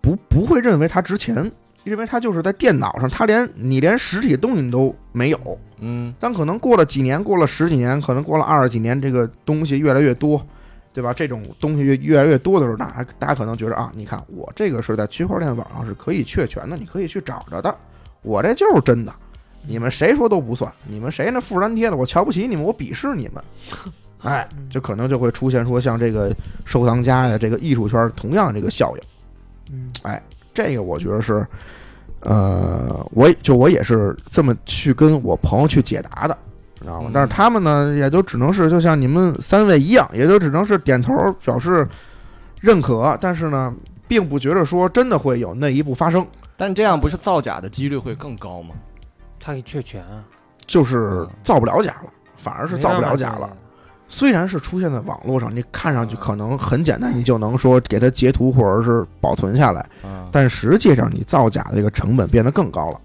E: 不不会认为它值钱，认为它就是在电脑上，它连你连实体东西你都没有，
C: 嗯，
E: 但可能过了几年，过了十几年，可能过了二十几年，这个东西越来越多，对吧？这种东西越越来越多的时候，大家大家可能觉得啊，你看我这个是在区块链网上是可以确权的，你可以去找着的，我这就是真的。你们谁说都不算，你们谁那富粘贴的，我瞧不起你们，我鄙视你们。哎，就可能就会出现说像这个收藏家呀，这个艺术圈同样这个效应。哎
D: 嗯，
E: 这个我觉得是，呃，我也就我也是这么去跟我朋友去解答的，知道吗
C: 嗯？
E: 但是他们呢，也都只能是就像你们三位一样，也都只能是点头表示认可，但是呢，并不觉得说真的会有那一步发生，
C: 但这样不是造假的几率会更高吗？
D: 他给确权啊，
E: 就是造不了假了，反而是
D: 没
E: 造
D: 办
E: 不了
D: 法
E: 假
D: 确
E: 嗯了
D: 认。。
E: 虽然是出现在网络上，你看上去可能很简单，你就能说给它截图或者是保存下来，
C: 啊，
E: 但实际上你造假的这个成本变得更高了，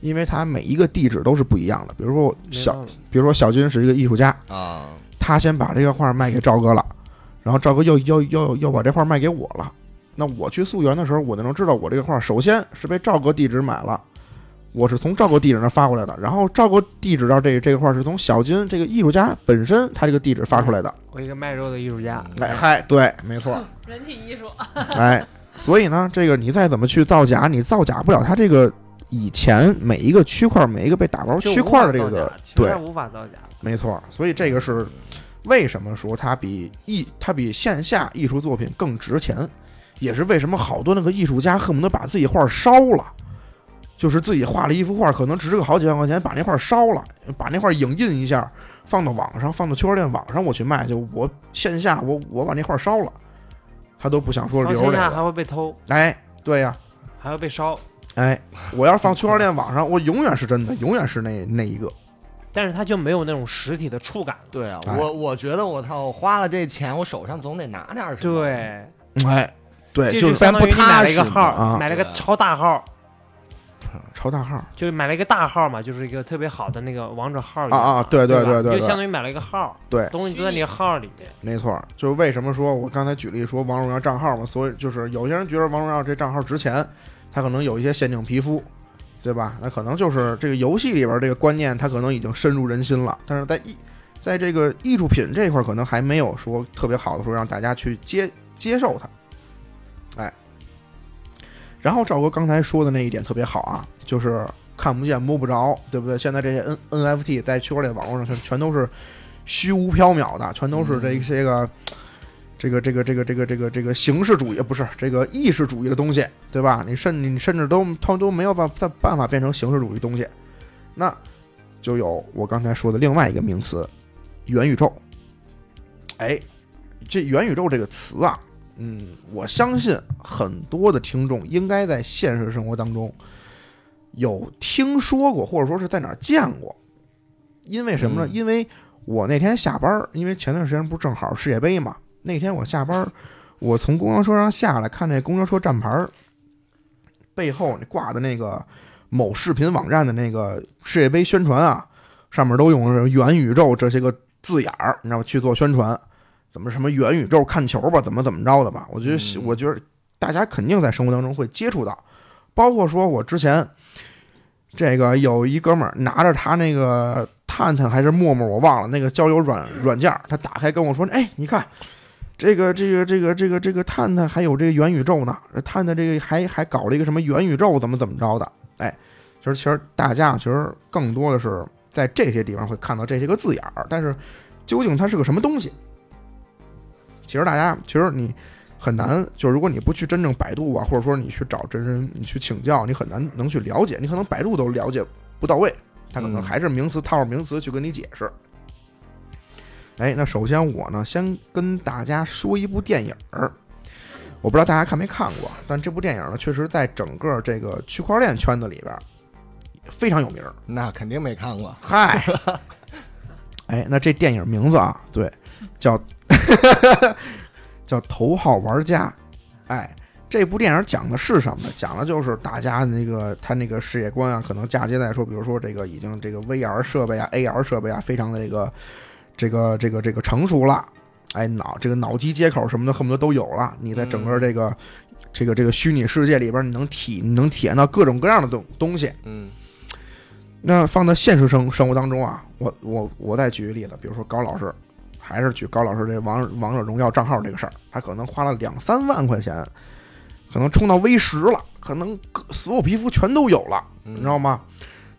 E: 因为它每一个地址都是不一样的。比如说
D: 没
E: 小，
D: 办法
E: 比如说小军是一个艺术家，
C: 啊，
E: 他先把这个画卖给赵哥了，然后赵哥又又又又把这画卖给我了。那我去溯源的时候，我就能知道我这个画首先是被赵哥地址买了，我是从赵哥地址那发过来的，然后赵哥地址到这这个画是从小军这个艺术家本身他这个地址发出来的。
D: 我一个卖肉的艺术家，
E: 哎嗨，对，没错，
F: 人体艺术，
E: 哎，所以呢，这个你再怎么去造假，你造假不了它这个以前每一个区块、每一个被打包
D: 就
E: 区
D: 无
E: 块
D: 法
E: 的这
D: 造
E: 个
D: 假，其实
E: 对
D: 他，无法造假。
E: 没错。所以这个是为什么说它比艺，它比线下艺术作品更值钱，也是为什么好多那个艺术家恨不得把自己画烧了。就是自己画了一幅画，可能值个好几万块钱，把那画烧了，把那画影印一下，放到网上，放到区块链网上我去卖，就我线下我我把那画烧了，他都不想说
D: 放
E: 留
D: 线
E: 着、这
D: 下
E: 个。
D: 还会被偷，
E: 哎，对呀、
D: 还会被烧，
E: 哎，我要是放区块链网上，我永远是真的，永远是那那一个。
D: 但是他就没有那种实体的触感了。
C: 对啊，
E: 哎
C: 我我觉得我操，我花了这钱，我手上总得拿点儿什么。，
D: 对，
E: 哎，对，
D: 这
E: 就
D: 就相当于你买了一个号，
E: 啊
D: 买了个
C: 对
D: 超大号，
E: 超大号
D: 就是买了一个大号嘛，就是一个特别好的那个王者号一
E: 啊
D: 样
E: 啊
D: 嘛
E: 对对
D: 吧
E: 对对
D: 你就
E: 对
D: 相当于买了一个号，
E: 对
D: 东西都在你的号里。对，
E: 没错，就是为什么说我刚才举例说王者荣耀账号嘛，所以就是有些人觉得王者荣耀这账号值钱，他可能有一些限定皮肤，对吧？那可能就是这个游戏里边这个观念，它可能已经深入人心了，但是在艺，在这个艺术品这一块，可能还没有说特别好的说让大家去接接受它，哎。然后赵哥刚才说的那一点特别好啊，就是看不见摸不着，对不对？现在这些 N NFT 在区块链网络上全全都是虚无缥缈的，全都是这些个、这个这个这个这个这个这个形式主义不是这个意识主义的东西，对吧？你甚你甚至都他们都没有办办办法变成形式主义东西，那就有我刚才说的另外一个名词——元宇宙。哎，这元宇宙这个词啊，嗯，我相信很多的听众应该在现实生活当中有听说过，或者说是在哪儿见过。因为什么呢？
C: 嗯
E: 因为我那天下班儿，因为前段时间不是正好世界杯嘛，那天我下班儿，我从公交车上下来，看那公交车站牌儿背后那挂的那个某视频网站的那个世界杯宣传啊，上面都用什么元宇宙这些个字眼儿，你知道吗？去做宣传，怎么什么元宇宙看球吧，怎么怎么着的吧？我觉得，
C: 嗯
E: 我觉得大家肯定在生活当中会接触到，包括说我之前这个有一哥们儿拿着他那个探探还是陌陌，我忘了那个交友软软件儿，他打开跟我说：“哎，你看。”这个这个这个这个这个探探还有这个元宇宙呢，探探这个还还搞了一个什么元宇宙怎么怎么着的，哎，其实其实大家其实更多的是在这些地方会看到这些个字眼儿，但是究竟它是个什么东西，其实大家其实你很难，就如果你不去真正百度啊，或者说你去找真人，你去请教，你很难能去了解，你可能百度都了解不到位，它可能
C: 嗯
E: 还是名词套着名词去跟你解释。哎，那首先我呢，先跟大家说一部电影儿，我不知道大家看没看过，啊但这部电影呢，确实在整个这个区块链圈子里边儿非常有名儿。
C: 那肯定没看 过。
E: 嗨，哎，那这电影名字啊，对，叫叫《头号玩家》。哎，这部电影讲的是什么呢？讲的就是大家那个他那个世界观啊，可能嫁接在说，比如说这个已经这个 VR 设备啊、AR 设备啊，非常的这个这个这个这个成熟了。哎，脑这个脑机接口什么的，恨不得都有了。你在整个这个、这个这个虚拟世界里边，你能体你能体验到各种各样的东东西。
C: 嗯
E: 那放到现实生生活当中啊，我我我再举个例子，比如说高老师，还是举高老师这王王者荣耀账号这个事儿，他可能花了两三万块钱，可能充到 V 十了，可能各所有皮肤全都有了，
C: 嗯
E: 你知道吗？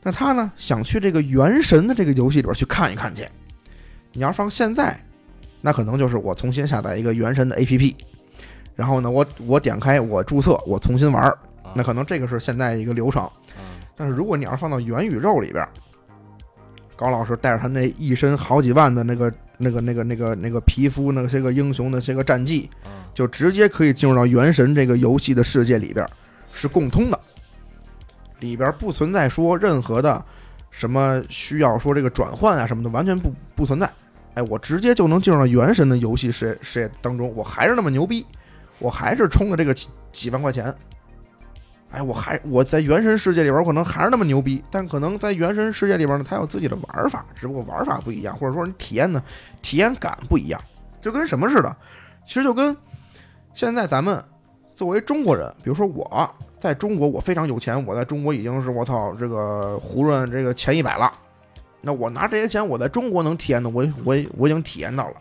E: 那他呢想去这个《原神》的这个游戏里边去看一看去。你要放现在，那可能就是我重新下载一个《原神》的 APP，然后呢，我我点开，我注册，我重新玩儿
C: 啊，
E: 那可能这个是现在一个流程。但是如果你要是放到元宇宙里边儿，高老师带着他那一身好几万的那个、那个、那个、那个、那个皮肤，那些个英雄的这个战绩，
C: 嗯
E: 就直接可以进入到《原神》这个游戏的世界里边儿，是共通的，里边儿不存在说任何的什么需要说这个转换啊什么的，完全不不存在。哎，我直接就能进入到《原神》的游戏世界世界当中，我还是那么牛逼，我还是充了这个几几万块钱。哎，我还我在原神世界里边，我可能还是那么牛逼，但可能在原神世界里边呢，它有自己的玩法，只不过玩法不一样，或者说你体验呢，体验感不一样，就跟什么似的，其实就跟现在咱们作为中国人，比如说我在中国，我非常有钱，我在中国已经是我操这个胡润这个前一百了，那我拿这些钱，我在中国能体验的，我我我已经体验到了，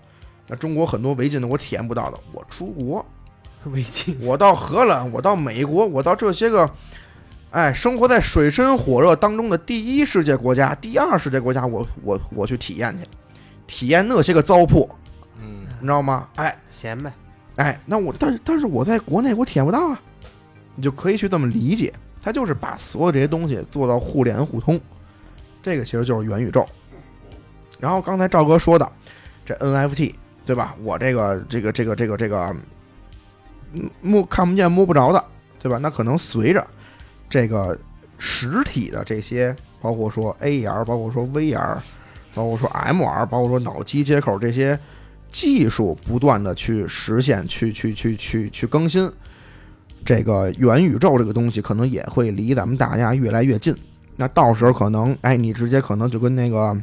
E: 那中国很多违禁的我体验不到的，我出国，
D: 违禁，
E: 我到荷兰，我到美国，我到这些个，哎，生活在水深火热当中的第一世界国家、第二世界国家，我我我去体验去，体验那些个糟粕，
C: 嗯
E: 你知道吗？哎
D: 闲呗。
E: 哎，那我但但是我在国内我体验不到啊，你就可以去这么理解，它就是把所有这些东西做到互联互通，这个其实就是元宇宙。然后刚才赵哥说的这 NFT 对吧？我这个这个这个这个这个嗯摸看不见摸不着的，对吧？那可能随着这个实体的这些，包括说 AR，包括说 VR，包括说 MR，包括说脑机接口这些技术不断的去实现、去去去去去更新，这个元宇宙这个东西可能也会离咱们大家越来越近。那到时候可能，哎，你直接可能就跟那个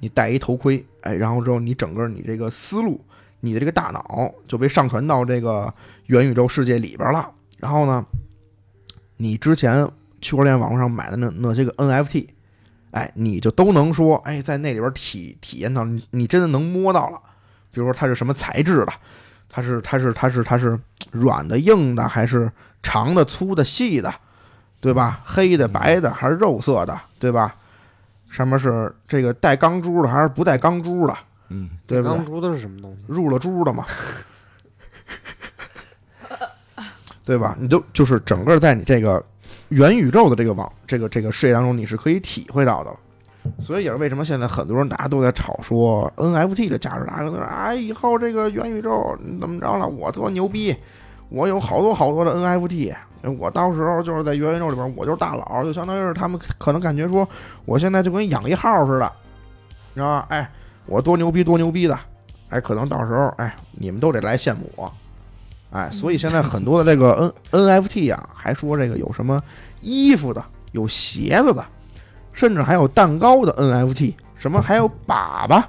E: 你戴一头盔，哎，然后之后你整个你这个思路。你的这个大脑就被上传到这个元宇宙世界里边了。然后呢，你之前区块链网络上买的那那些个 NFT，哎，你就都能说，哎，在那里边体体验到，你你真的能摸到了。比如说它是什么材质的，它是它是它是它是软的、硬的，还是长的、粗的、细的，对吧？黑的、白的，还是肉色的，对吧？上面是这个带钢珠的，还是不带钢珠的，
C: 嗯
E: 对不对
D: 钢？珠都是什么东西？
E: 入了珠了嘛，对吧？你就就是整个在你这个元宇宙的这个网这个这个世界当中，你是可以体会到的了。所以也是为什么现在很多人大家都在吵说 NFT 的价值大，可能哎以后这个元宇宙怎么着了，我特牛逼，我有好多好多的 NFT，我到时候就是在元宇宙里边，我就是大佬，就相当于是他们可能感觉说，我现在就跟养一号似的，你知道吧？哎，我多牛逼多牛逼的，哎，可能到时候哎你们都得来羡慕我。哎，所以现在很多的这个 N NFT 啊，还说这个有什么衣服的，有鞋子的，甚至还有蛋糕的 NFT，什么还有粑粑，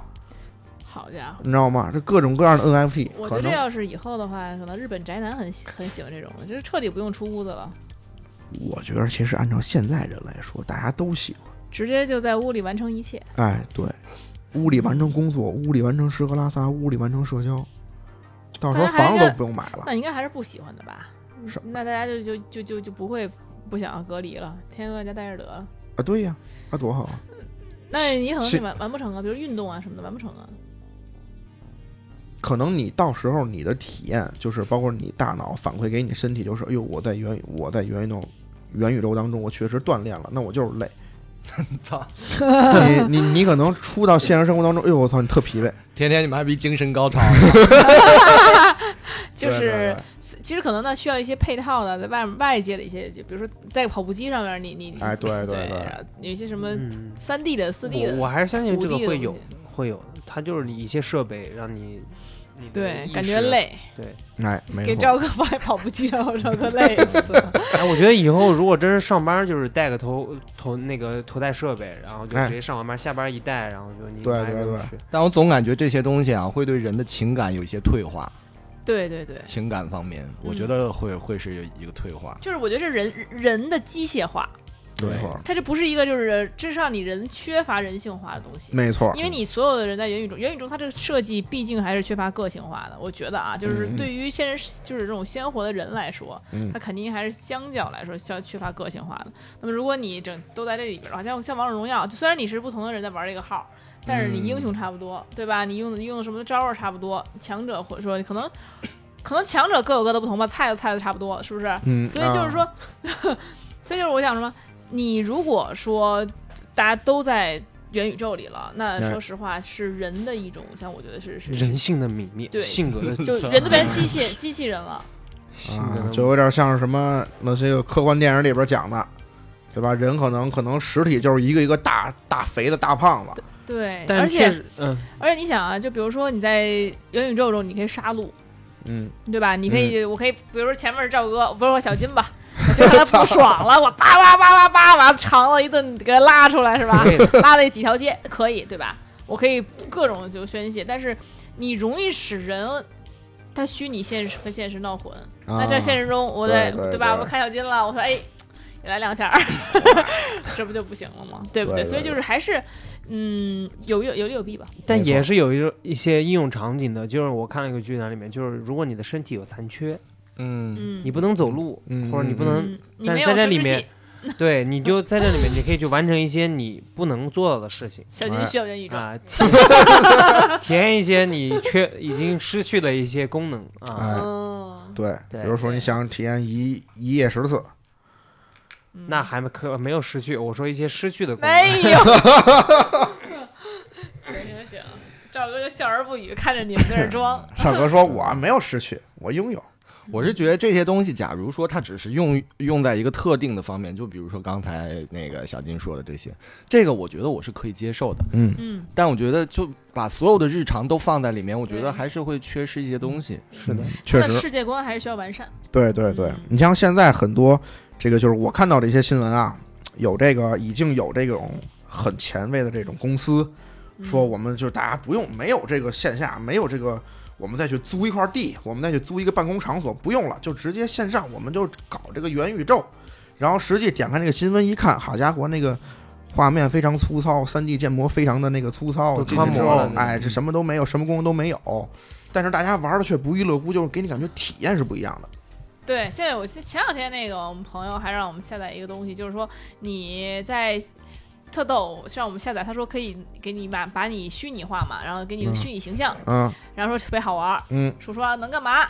B: 好家伙！
E: 你知道吗？这各种各样的 NFT，
B: 我觉得
E: 可
B: 这
E: 能
B: 要是以后的话，可能日本宅男很喜很喜欢这种，就是彻底不用出屋子了，
E: 我觉得其实按照现在人来说，大家都喜欢。
B: 直接就在屋里完成一切。
E: 哎，对，屋里完成工作，屋里完成吃喝拉撒，屋里完成社交，到时候
B: 但是还
E: 房子
B: 是
E: 都不用买了。
B: 那应该还是不喜欢的吧？
E: 是
B: 那大家就就就就就不会不想要隔离了，天天都在家待着得了。
E: 啊，对呀、那多好啊！
B: 那你可能
E: 是
B: 是完完不成啊，比如运动啊什么的完不成啊。
E: 可能你到时候你的体验就是包括你大脑反馈给你身体，就是哎呦，我在元我在元宇宙元宇宙当中，我确实锻炼了，那我就是累。
C: 操，
E: 你你你可能出到现实生活当中，哎呦我操，你特疲惫。
C: 天天你们还比精神高潮呢，
B: 就
E: 对
B: 是
E: 对对
B: 其实可能呢需要一些配套的，在外外界的一些，就比如说在跑步机上面，你你
E: 哎对对
B: 对
E: 对
B: 然后有一些什么
D: 嗯，
B: 三 D 的、四 D
D: 我
B: 的，
D: 我还是相信这个
B: 5D 的东
D: 会有
B: 西
D: 会有的，它就是一些设备让你你的
B: 对
D: 意
B: 感觉
D: 识。
B: 累，
D: 对，
E: 哎，没
B: 给
E: 错，
B: 赵哥放在跑步机上，我赵哥累死了。
D: 哎，我觉得以后如果真是上班，就是带个头头那个头戴设备，然后就
E: 哎
D: 直接上完班，下班一戴，然后就你
E: 对
D: 拿一个
E: 对对
D: 去
C: 但我总感觉这些东西啊，会对人的情感有一些退化，
B: 对对对，
C: 情感方面，我觉得会会是一个退化。
B: 就是我觉得这人人的机械化，
E: 没错，
B: 它这不是一个就是这是让你人缺乏人性化的东西。
E: 没错，
B: 因为你所有的人在元宇宙，元宇宙它这个设计毕竟还是缺乏个性化的，我觉得啊，就是
E: 嗯
B: 对于现实就是这种鲜活的人来说，
E: 嗯
B: 它肯定还是相较来说需要缺乏个性化的。那么如果你整都在这里边的话，像像王者荣耀，就虽然你是不同的人在玩这个号，但是你英
E: 嗯
B: 雄差不多，对吧？你用的用的什么招儿差不多，强者或者说可能可能强者各有各的不同吧，菜的菜的差不多，是不是？
E: 嗯，
B: 所以就是
D: 啊
B: 说，所以就是我想什么，你如果说大家都在元宇宙里了，那
E: 哎
B: 说实话是人的一种，像我觉得是是
D: 人性的泯灭，
B: 对
D: 性格 的
B: 就人都变成机械机器人了。
D: 性格
E: 啊
D: 的，
E: 就有点像是什么那些个科幻电影里边讲的，对吧？人可能可能实体就是一个一个大大肥的大胖子，
B: 对，
D: 但
B: 而
D: 确
B: 且
D: 实，嗯，
B: 而且你想啊，就比如说你在元宇宙中，你可以杀戮，
E: 嗯，
B: 对吧？你可以，我可以，比如说前面是赵哥，不是我小金 吧，我就看他不爽了，我叭叭叭叭叭把他肠子一顿给他拉出来，是吧？
D: 对的
B: 拉了几条街，可以对吧？我可以各种就宣泄，但是你容易使人他虚拟现实和现实闹混。
E: 啊
B: 那在现实中，我在
E: 对对
B: 吧？
E: 对
B: 我看小金了，我说哎，也来两下 儿，这不就不行了吗？对不
E: 对对
B: 所以就是还是嗯，有有有利有弊吧。
D: 但
E: 没
D: 也
E: 错
D: 是有一种一些应用场景的，就是我看了一个剧团里面，就是如果你的身体有残缺，
C: 嗯，
B: 嗯，
D: 你不能走路，
E: 嗯
D: 或者你不能
B: 嗯，你
D: 但
B: 没
D: 是
B: 有
D: 在这
B: 生
D: 里
B: 殖
D: 面
B: 器，
D: 对，你就在这里面，你可以去完成一些你不能做到的事情
B: 小金需要元宇宙。
D: 啊，体 体验一些你缺已经失去的一些功能啊。
E: 哎，
B: 嗯，
E: 对，比
D: 对
E: 如说你想体验一一夜十次，
D: 那还没可没有失去，我说一些失去的功能。
B: 嗯没有。 行行行，赵哥就笑而不语，看着你们在这 装。
E: 少哥说我没有失去，我拥有，
C: 我是觉得这些东西，假如说它只是用用在一个特定的方面，就比如说刚才那个小金说的这些，这个我觉得我是可以接受的。
E: 嗯，
B: 嗯，
C: 但我觉得就把所有的日常都放在里面，我觉
B: 对
C: 得还是会缺失一些东西。
E: 是的，
B: 他
E: 确
B: 的
E: 实，
B: 世界观还是需要完善。
E: 对对对
B: 嗯，
E: 你像现在很多这个就是我看到的一些新闻啊，有这个已经有这种很前卫的这种公司
B: 嗯
E: 说我们就大家不用没有这个线下没有这个。我们再去租一块地，我们再去租一个办公场所，不用了，就直接线上，我们就搞这个元宇宙。然后实际点开那个新闻一看，好家伙，那个画面非常粗糙，3 D 建模非常的那个粗糙，
D: 都
E: 进
D: 穿
E: 去之
D: 模
E: 后
D: 了，那嗯
E: 哎，这什么都没有，什么功能都没有。但是大家玩的却不亦乐乎，就是给你感觉体验是不一样的。
B: 对，现在我前两天那个我们朋友还让我们下载一个东西，就是说你在特逗，让我们下载，他说可以给你把把你虚拟化嘛，然后给你一个虚拟形象，
E: 嗯，
B: 然后说特别好玩儿，
E: 嗯
B: 说说能干嘛。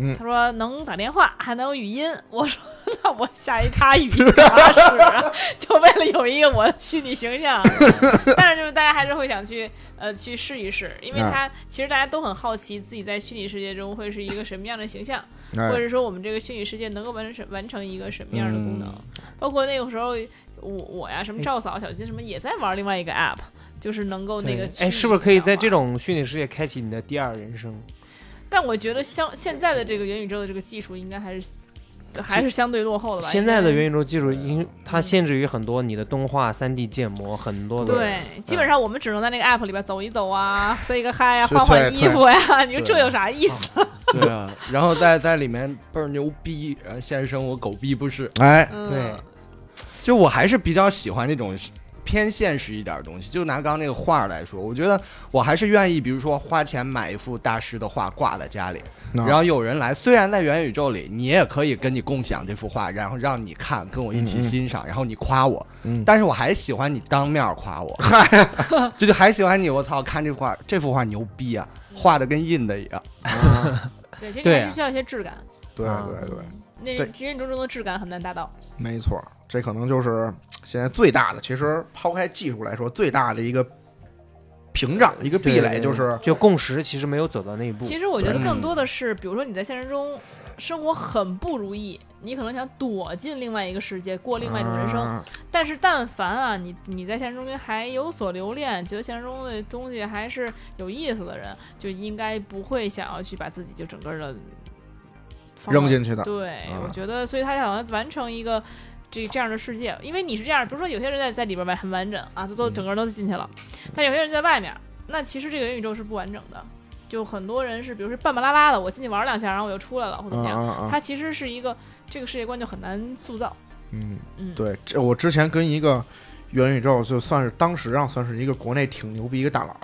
E: 嗯
B: 他说能打电话，还能语音。我说 那我下一他语音干嘛使啊？就为了 有一个我的虚拟形 象。但是就是大家还是会想去呃去试一试，因为
E: 啊
B: 他、其实大家都很好奇自己在虚拟世界中会是一个什么样的形象。
E: 哎
B: 或者说我们这个虚拟世界能够完成完成一个什么样的功能，
D: 嗯
B: 包括那个时候我我呀，什么赵嫂、小金什么也在玩另外一个 app，就是能够那个
D: 对哎，
B: 虚拟
D: 是不是可以在
B: 形象化
D: 这？种虚拟世界开启你的第二人生？
B: 但我觉得像现在的这个元宇宙的这个技术，应该还是还是相对落后的吧。
D: 现在的
B: 因为
D: 元宇宙技术，因
B: 嗯
D: 它限制于很多你的动画、三 D 建模，很多的
B: 对，基本上我们只能在那个 app 里边走一走啊，say 个 hi 呀，
E: 对
B: 换换衣服呀， 你说
C: 对
B: 这有啥意思？
C: 对啊，然后在在里面倍儿牛逼，然后现实生活狗逼不是，
E: 哎，
B: 嗯，
D: 对，
C: 就我还是比较喜欢这种偏现实一点的东西。就拿刚刚那个画儿来说，我觉得我还是愿意，比如说花钱买一幅大师的画挂在家里，
E: 那
C: 然后有人来，虽然在元宇宙里，你也可以跟你共享这幅画，然后让你看，跟我一起欣赏，然后你夸我，
E: 嗯
C: 但是我还喜欢你当面夸 我，这就还喜欢你，我操，看这画，这幅画牛逼啊，画的跟印的一样。
B: 对，其实
D: 对
B: 还是需要一些质感，嗯
E: 对
D: 啊
E: 对对，
B: 那
E: 对
B: 其实你中中的质感很难达到。
E: 没错，这可能就是现在最大的，其实抛开技术来说，最大的一个屏障、一个
D: 对
E: 壁垒
D: 对
E: 就是
D: 就共识其实没有走到那一步。
B: 其实我觉得
C: 对
B: 更多的是，比如说你在现实中生活很不如意，你可能想躲进另外一个世界，过另外一种人生。
E: 啊
B: 但是但凡啊，你你在现实中还有所留恋，觉得现实中的东西还是有意思的人，就应该不会想要去把自己就整个的放到
E: 扔进去的。
B: 对，
E: 啊
B: 我觉得，所以他想要完成一个这这样的世界，因为你是这样，比如说有些人在在里边完很完整啊，都都整个人都进去了，但有些人在外面，那其实这个元宇宙是不完整的，就很多人是比如说半半拉拉的，我进去玩两下，然后我又出来了，或怎
E: 啊
B: 么样，
E: 啊啊！
B: 它其实是一个这个世界观就很难塑造，
E: 嗯，
B: 嗯，
E: 对，这我之前跟一个元宇宙，就算是当时啊，算是一个国内挺牛逼一个大佬，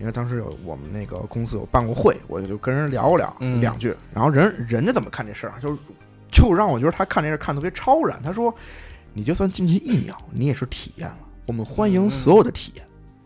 E: 因为当时有我们那个公司有办过会，我就跟人聊聊
C: 嗯
E: 两句，然后人人家怎么看这事儿啊，就是就让我觉得他看这事儿看得特别超然。他说，你就算进去一秒，你也是体验了，我们欢迎所有的体验。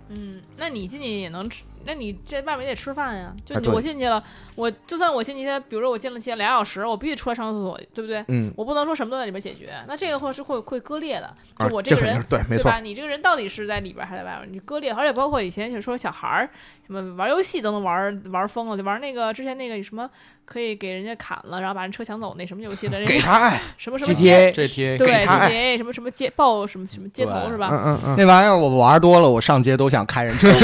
B: 嗯，那你进去也能吃，那你这外面也得吃饭呀，就
E: 哎
B: 你
E: 对
B: 我进去了，我就算我进去，比如说我进了去俩小时，我必须出来上厕所，对不对？
E: 嗯，
B: 我不能说什么都在里边解决，那这个会是会会割裂的。
E: 啊
B: 就我
E: 这
B: 个
E: 肯
B: 人
E: 定是，对，没
B: 对
E: 错
B: 吧？，你这个人到底是在里边还是在外边？你割裂，而且包括以前就说小孩儿什么玩游戏都能玩玩疯了，就玩那个之前那个什么可以给人家砍了，然后把人车抢走那什么游戏的，人
E: 给
B: 家
E: 他哎爱，
B: 什么什么街
D: GTA
C: 这贴
B: 对
E: 给他
B: GTA 什么什么街爆什么什么街头
C: 对
B: 是
E: 嗯
B: 吧？
E: 嗯嗯，
C: 那玩意儿我玩多了，我上街都想开人车 门，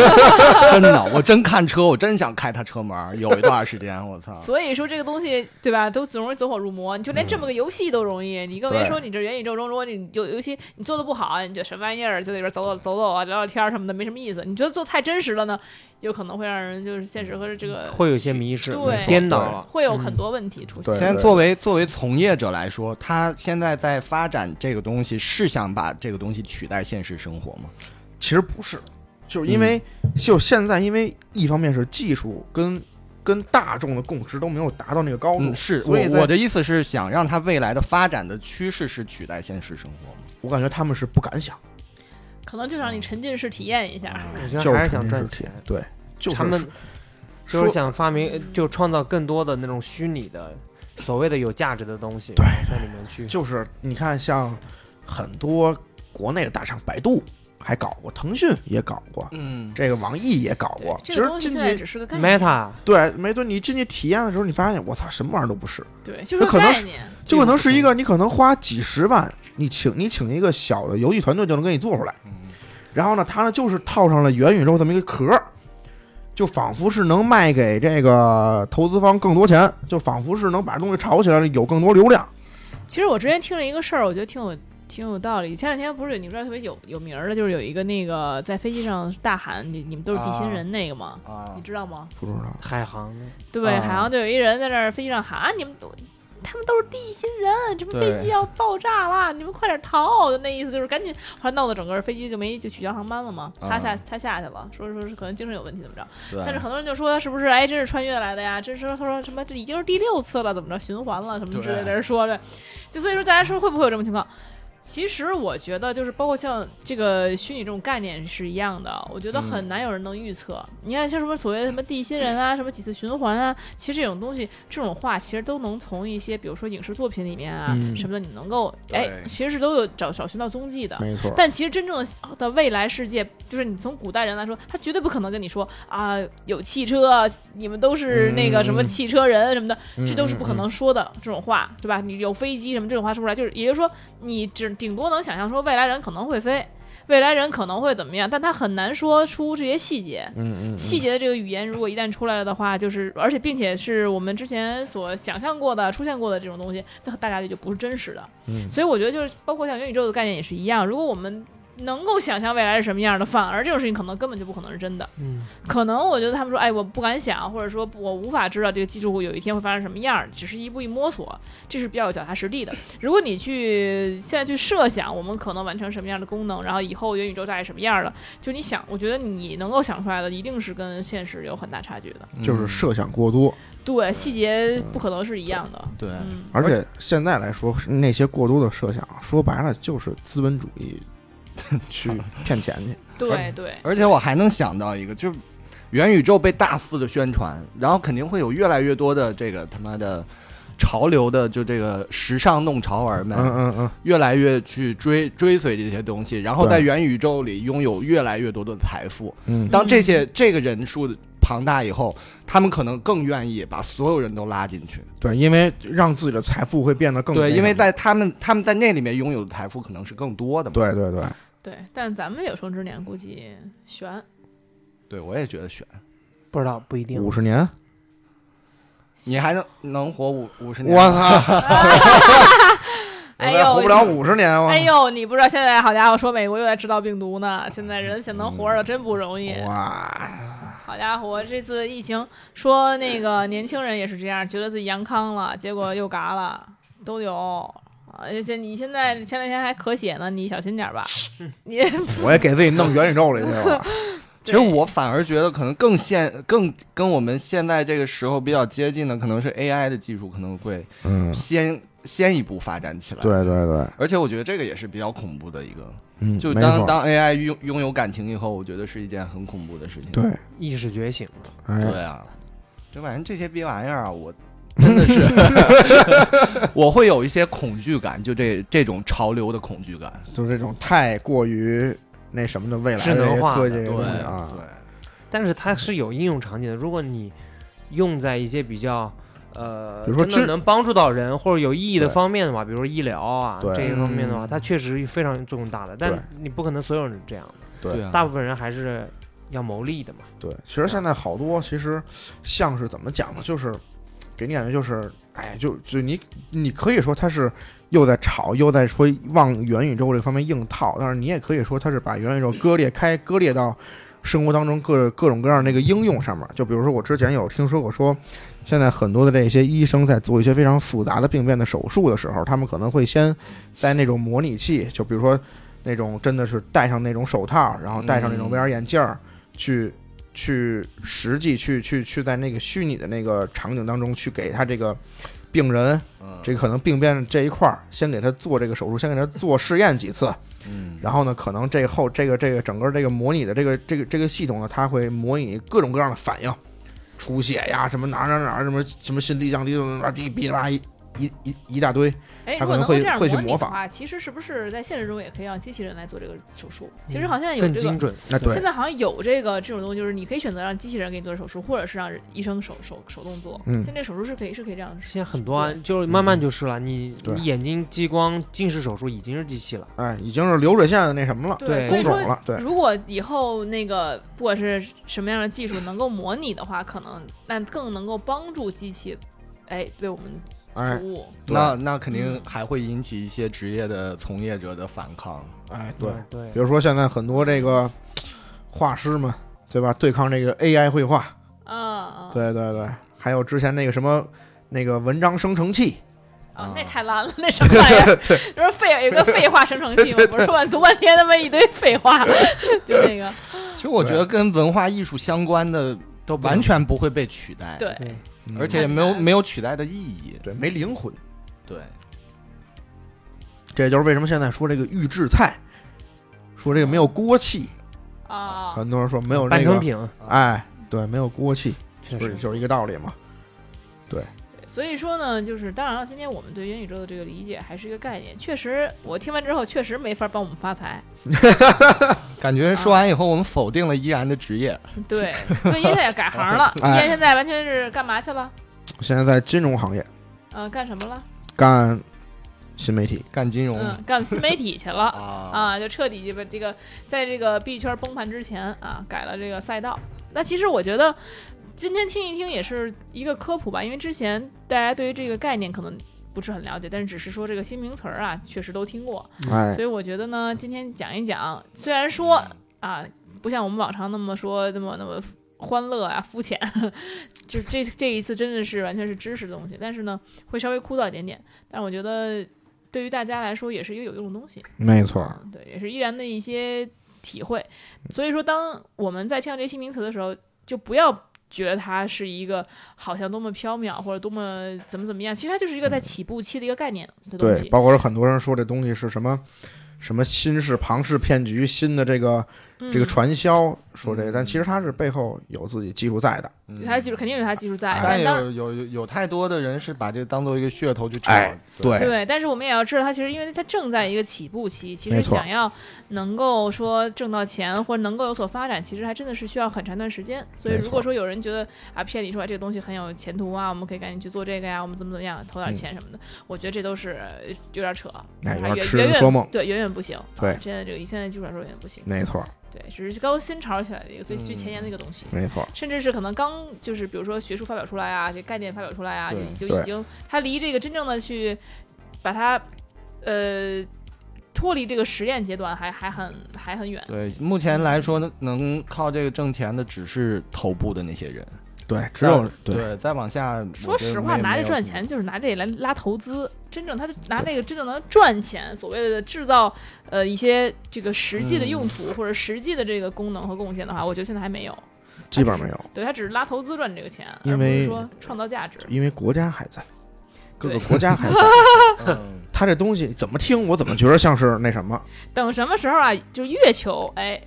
C: 真的，我真看车，我真想开他车门。有一段时间，我 操，
B: 所以说这个东西，对吧？都总容易走火入魔，你就连这么个游戏都容易，你更别
E: 对
B: 说你这元宇宙中，如果你有游戏你做的不好，你觉得什么玩意儿，就里边走走走走啊，聊聊天儿什么的，没什么意思。你觉得做太真实了呢，有可能会让人就是现实和这个
D: 嗯会有一些迷失
B: 对，
D: 颠倒了，
B: 会有
D: 嗯
B: 很多问题出现。
E: 对
C: 现在作为作为从业者来说，他现在在发展这个东西，是想把这个东西取代现实生活吗？
E: 其实不是，就是因为、
D: 嗯
E: 就现在，因为一方面是技术跟跟大众的共识都没有达到那个高度，
C: 嗯，是我
E: 所以在
C: 我的意思是想让他未来的发展的趋势是取代现实生活吗？
E: 我感觉他们是不敢想，
B: 可能就让你沉浸式体验一下。
D: 我觉
E: 就
D: 得还
E: 是
D: 是想
E: 沉浸
D: 赚
E: 式
D: 钱
E: 体，验，对，就是
D: 他们就
E: 说
D: 是想发明，呃就创造更多的那种虚拟的所谓的有价值的东西，
E: 对
D: 然后在里面去。
E: 就是你看，像很多国内的大厂，百度还搞过，腾讯也搞过，
C: 嗯，
E: 这个网易也搞过，
B: 这
E: 其
B: 个
E: 实
B: 东西
E: 进
B: 现在
E: 去
B: 只是个概念，
D: Meta
E: 对，没错，你进去体验的时候，你发现我操，什么玩意儿都不是。
B: 对，就是
E: 可
B: 个
E: 能
B: 概
E: 是
B: 念。
E: 就可能是一个你可能花几十万，你请你请一个小的游戏团队就能给你做出来。
B: 嗯
E: 然后呢，它呢就是套上了元宇宙这么一个壳儿，就仿佛是能卖给这个投资方更多钱，就仿佛是能把东西炒起来，有更多流量。
B: 其实我之前听了一个事儿，我觉得挺有挺有道理。前两天不是有你们知道特别有有名儿的，就是有一个那个在飞机上大喊“你你们都是地心人”那个吗？
C: 啊
B: 你，知道吗？
E: 不知道，
D: 海航的，
B: 对，好
C: 啊
B: 像就有一人在那儿飞机上喊啊：“你们都。”他们都是地心人，这不
C: 对
B: 飞机要爆炸啦！你们快点逃！就那意思，就是赶紧。后来闹得整个飞机就没就取消航班了嘛。
C: 啊
B: 他下他下去了，说说是可能精神有问题，怎么着？
C: 对
B: 但是很多人就说是不是哎，真是穿越来的呀？这是他说什么这已经是第六次了，怎么着循环了什么之类的
C: 对
B: 人说的，就所以说大家说会不会有这种情况？其实我觉得，就是包括像这个虚拟这种概念是一样的，我觉得
C: 嗯
B: 很难有人能预测。你看，像什么所谓的什么地心人啊，什么几次循环啊，其实这种东西，这种话其实都能从一些，比如说影视作品里面啊、
E: 嗯
B: 什么的，你能够哎
C: 对，
B: 其实是都有找找寻到踪迹的。
E: 没错，
B: 但其实真正的的未来世界，就是你从古代人来说，他绝对不可能跟你说啊、有汽车，你们都是那个什么
E: 嗯
B: 汽车人什么的，这都是
E: 嗯
B: 不可。能说的这种话，对吧？你有飞机什么这种话说不出来，就是也就是说，你只顶多能想象说未来人可能会飞，未来人可能会怎么样，但他很难说出这些细节。
E: 嗯嗯嗯，
B: 细节的这个语言，如果一旦出来了的话，就是而且并且是我们之前所想象过的、出现过的这种东西，它大概率就不是真实的。
E: 嗯
B: 所以我觉得就是包括像元宇宙的概念也是一样，如果我们能够想象未来是什么样的，反而这种事情可能根本就不可能是真的。
D: 嗯，
B: 可能我觉得他们说，哎，我不敢想，或者说我无法知道这个技术有一天会发生什么样儿，只是一步一摸索，这是比较有脚踏实地的。如果你去现在去设想我们可能完成什么样的功能，然后以后元宇宙大概什么样儿了，就你想，我觉得你能够想出来的一定是跟现实有很大差距的。
E: 就是设想过多，
B: 对，细节不可能是一样的。
C: 对，
B: 嗯，
E: 而且现在来说，那些过多的设想，啊说白了就是资本主义去骗钱去。
B: 对对，
C: 而且我还能想到一个，就是元宇宙被大肆的宣传，然后肯定会有越来越多的这个他妈的潮流的，就这个时尚弄潮儿们，
E: 嗯嗯嗯，
C: 越来越去追追随这些东西，然后
E: 对
C: 在元宇宙里拥有越来越多的财富。
E: 嗯
C: 当这些这个人数庞大以后，他们可能更愿意把所有人都拉进去。
E: 对，因为让自己的财富会变得更
C: 对，
E: 那
C: 因为
E: 什么
C: 在他们他们在那里面拥有的财富可能是更多的嘛。
E: 对对对，
B: 对，但咱们有生之年估计悬。
C: 对，我也觉得选
D: 不知道不一定
E: 五。十年，
C: 你还能能活五五十年
E: 我
C: 吗。
E: 操， 我
B: 哎
E: 再
B: 呦，
E: 活不了五十年，我
B: 哎呦，你不知道现在好家伙，说美国又在制造病毒呢，现在人想能活着真不容易。
E: 哇，
B: 好家伙，这次疫情说那个年轻人也是这样，觉得自己阳康了，结果又嘎了，都有。啊而且你现在前两天还咳血呢，你小心点儿吧。你
E: 我也给自己弄元宇宙里去 了。
C: 其实
B: 对
C: 我反而觉得可能更现更跟我们现在这个时候比较接近的，可能是 AI 的技术可能会
E: 嗯，
C: 先先一步发展起来。
E: 对，对对，
C: 而且我觉得这个也是比较恐怖的一个，
E: 嗯，
C: 就
E: 没
C: 当
E: 错
C: 当 AI 拥拥有感情以后，我觉得是一件很恐怖的事情。
E: 对，
D: 意识觉醒了，
E: 哎，
C: 对啊，就反正这些逼玩意儿啊， 我真的是 我会有一些恐惧感，就这这种潮流的恐惧感。
E: 就这种太过于那什么的未来
D: 智
E: 的
D: 能
E: 这些
D: 化
E: 科
D: 的
E: 技这
C: 对
E: 个东西啊，
C: 对，
D: 但是它是有应用场景的。如果你用在一些比较呃，
E: 比如说
D: 真
E: 治
D: 的能帮助到人或者有意义的
E: 对
D: 方面的话，比如说医疗啊
E: 对
D: 这一方面的话，
C: 嗯
D: 它确实非常作用大的。但
E: 对嗯
D: 你不可能所有人这样，
E: 对
C: 啊
D: 大部分人还是要谋利的嘛。
E: 对，其实现在好多其实像是怎么讲呢，就是给你感觉就是，哎，就就你你可以说它是又在炒，又在说往元宇宙这方面硬套，但是你也可以说它是把元宇宙割裂开，割裂到生活当中各各种各样的那个应用上面。就比如说我之前有听说过说。现在很多的这些医生在做一些非常复杂的病变的手术的时候，他们可能会先在那种模拟器，就比如说那种真的是戴上那种手套，然后戴上那种
C: 嗯
E: VR 眼镜儿，去去实际去去去在那个虚拟的那个场景当中去给他这个病人，
C: 嗯
E: 这个可能病变这一块儿，先给他做这个手术，先给他做试验几次，
C: 嗯
E: 然后呢，可能这后这个这个整个这个模拟的这个这个这个系统呢，它会模拟各种各样的反应，出血呀，什么哪儿哪儿哪儿，什么什么心力降低，啊，哔哔啦一一一一大堆，
B: 哎，
E: 他
B: 如果
E: 可
B: 能
E: 能
B: 够
E: 会
B: 这样
E: 会去
B: 模拟
E: 模
B: 的
E: 仿
B: 话，其实是不是在现实中也可以让机器人来做这个手术？其实
D: 嗯
B: 好像有
D: 更
B: 这个
D: 精准，
E: 那对
B: 现在好像有这个这种东西，就是你可以选择让机器人给你做手术，或者是让人医生手手手动做。
E: 嗯
B: 现在手术是可以是可以这样
D: 现在很多啊，就是慢慢就是了。你
E: 对
D: 你眼睛激光近视手术已经是机器了，
E: 哎，已经是流水线的那什么了，
D: 对
B: 所
E: 工
B: 以
E: 种
B: 说
E: 了，对，
B: 如果以后那个不管是什么样的技术能够模拟的话，可能那更能够帮助机器，哎，为我们
E: 哎
B: 服务。
E: 对
C: 那那肯定还会引起一些职业的从业者的反抗。
E: 哎对。
D: 对
E: 比，如说现在很多这个画师们，对吧？对抗这个 AI 绘画，
B: 啊啊
E: 哎对对对，还有之前那个什么那个文章生成器，
B: 啊！那太烂了，那什么玩意 儿？就是废有一个废话生成器嘛，不是说完读半天他妈一堆废话， 就那 个
C: 其实我觉得跟文化艺术相关的都完全不会被取代，，
B: 对。
D: 对
E: 嗯
C: 而且也没有没有取代的意义。
E: 对没灵魂，
C: 对，
E: 这也就是为什么现在说这个预制菜，说这个没有锅气，
F: 啊，
E: 很多人说没有
D: 半
E: 那
D: 成
E: 个，
D: 品，
E: 哎，对，没有锅气，
D: 确
E: 不是
D: 实
E: 就是一个道理嘛？
B: 所以说呢，就是当然了，今天我们对元宇宙的这个理解还是一个概念，确实我听完之后确实没法帮我们发财，
C: 感觉说完以后，我们否定了依然的职业。
B: 对，所以依然也改行了，依
E: 哎
B: 然现在完全是干嘛去了？
E: 我现在在金融行业
B: 嗯、干什么了？
E: 干新媒体，
C: 干金融
B: 嗯，干新媒体去了。
C: 啊，
B: 啊，就彻底就把这个，在这个币圈崩盘之前啊，改了这个赛道。那其实我觉得今天听一听也是一个科普吧，因为之前大家对于这个概念可能不是很了解，但是只是说这个新名词儿啊，确实都听过。
E: 哎嗯
B: 所，以我觉得呢，今天讲一讲，虽然说啊，不像我们往常那么说那么那么欢乐啊、肤浅， 就是这这一次真的是完全是知识的东西，但是呢，会稍微枯燥一点点。但我觉得对于大家来说也是一个有用的东西。
E: 没错儿，
B: 嗯，对，也是依然的一些体会。所以说，当我们在听到这些新名词的时候，就不要觉得它是一个好像多么缥缈或者多么怎么怎么样，其实它就是一个在起步期的一个概念的东
E: 嗯对，
B: 西。
E: 包括很多人说这东西是什么什么新式庞氏骗局，新的这个
B: 嗯
E: 这个传销，说这个，但其实它是背后有自己技术在的，
B: 嗯，有它的技术肯定有它的技术在，
C: 但
B: 但当然
C: 有有有有太多的人是把这个当做一个噱头去炒。
E: 哎对
B: 对，但是我们也要知道，它其实因为它正在一个起步期，其实
E: 没错
B: 想要能够说挣到钱或者能够有所发展，其实还真的是需要很长一段时间。所以
E: 没
B: 如果
E: 错
B: 说有人觉得啊骗你说哎这个东西很有前途啊，我们可以赶紧去做这个呀，我们怎么怎么样投点
E: 嗯
B: 钱什么的，我觉得这都是呃有点扯，
E: 哎有
B: 还
E: 点
B: 远
E: 痴
B: 远
E: 人
B: 远
E: 说梦
B: 对，远远不行。
E: 对
B: 啊现在这个以现在技术来说远远不行，
E: 没错儿，
B: 对，只是刚新潮起来的一个最最前沿的一个东西。
E: 没错儿，
B: 甚至是可能刚就是比如说学术发表出来啊，这概念发表出来啊，
C: 对
B: 你就
E: 对
B: 已经它离这个真正的去把它呃脱离这个实验阶段还还很还很远。
C: 对，目前来说呢，能靠这个挣钱的只是头部的那些人，
E: 对，只有
C: 再
E: 对
C: 对，再往下，
B: 说实话，拿这
C: 这
B: 赚钱，就是拿这来拉投资，真正他拿那个真正能赚钱，所谓的制造呃一些这个实际的用
E: 嗯
B: 途、或者实际的这个功能和贡献的话，我觉得现在还没有。
E: 基本上没有，
B: 对他只是拉投资赚这个钱，
E: 因
B: 而不
E: 为
B: 是说创造价值。
E: 因为国家还在，各个
B: 对
E: 国家还在，
C: 嗯
E: 它这东西怎么听我怎么觉得像是那什么，
B: 等什么时候啊，就月球哎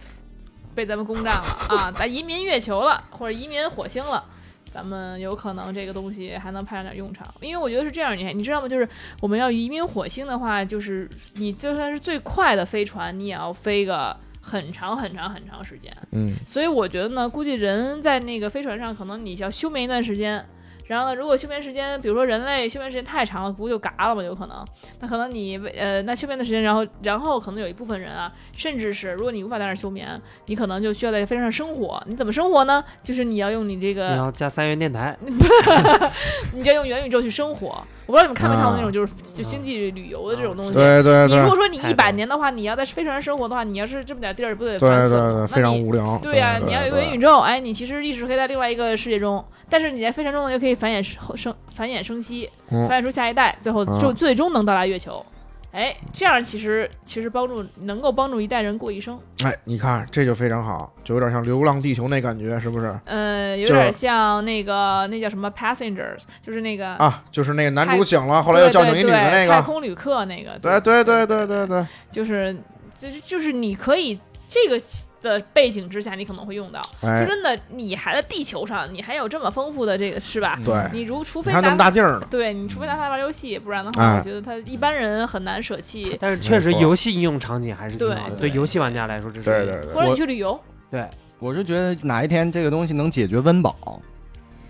B: 被咱们攻占了啊，咱移民月球了，或者移民火星了。咱们有可能这个东西还能派上点用场，因为我觉得是这样，你你知道吗？就是我们要移民火星的话，就是你就算是最快的飞船，你也要飞个很长很长很长时间。
E: 嗯，
B: 所以我觉得呢，估计人在那个飞船上，可能你要休眠一段时间。然后呢，如果休眠时间，比如说人类休眠时间太长了，不就嘎了吗？有可能。那可能你为呃，那休眠的时间，然后然后可能有一部分人啊，甚至是如果你无法在那儿休眠，你可能就需要在飞船上生活。你怎么生活呢？就是你要用你这
D: 然
B: 个，
D: 后加三元电台，
B: 你就要用元宇宙去生活。我不知道你们看没看过那种
E: 啊
B: 就是就星际旅游的这种东西。
E: 嗯对对
B: 你
E: 对
B: 如果说你一
D: 太棒
B: 百
D: 了
B: 年的话，你要在飞船上生活的话，你要是这么点地儿，不得
E: 对
B: 烦
E: 对
B: 死了
E: 对，
B: 吗？
E: 非
B: 那
E: 常
B: 你
E: 无聊，
B: 对呀、你要有一个元宇
E: 对啊
B: 宙，哎，你其实意识可以在另外一个世界中，但是你在非常中呢，又可以繁衍后生繁衍生息，
E: 嗯
B: 繁衍出下一代，最后
E: 啊
B: 就、最终能到达月球。哎，这样其实其实帮助能够帮助一代人过一生，
E: 哎，你看这就非常好，就有点像《流浪地球》那感觉，是不是？
B: 呃，有
E: 就是
B: 点像那个那叫什么 passengers，就是那个、
E: 啊，就是那个男
B: 太
E: 主醒了，后来又叫醒一
B: 对
E: 女
B: 对
E: 的那
B: 对太
E: 个，
B: 空旅客那个，
E: 对对对对对对，
B: 就是就是就是你可以这个的背景之下，你可能会用到。说
E: 哎，
B: 真的，你还在地球上，你还有这么丰富的这个是吧？
E: 对，
B: 你如除
E: 嗯你
B: 非
E: 看那
B: 拿
E: 么大劲儿呢，
B: 对你，除非拿它玩游戏，不然的话，
E: 哎
B: 我觉得他一般人很难舍弃。
D: 但是确实
E: 没错
D: 游戏应用场景还是挺
B: 对
D: 好的，
B: 对
D: 对游戏玩家来说，这是
E: 对对对
B: 或，者
C: 我
B: 你去旅游，
D: 对
C: 我是觉得哪一天这个东西能解决温饱，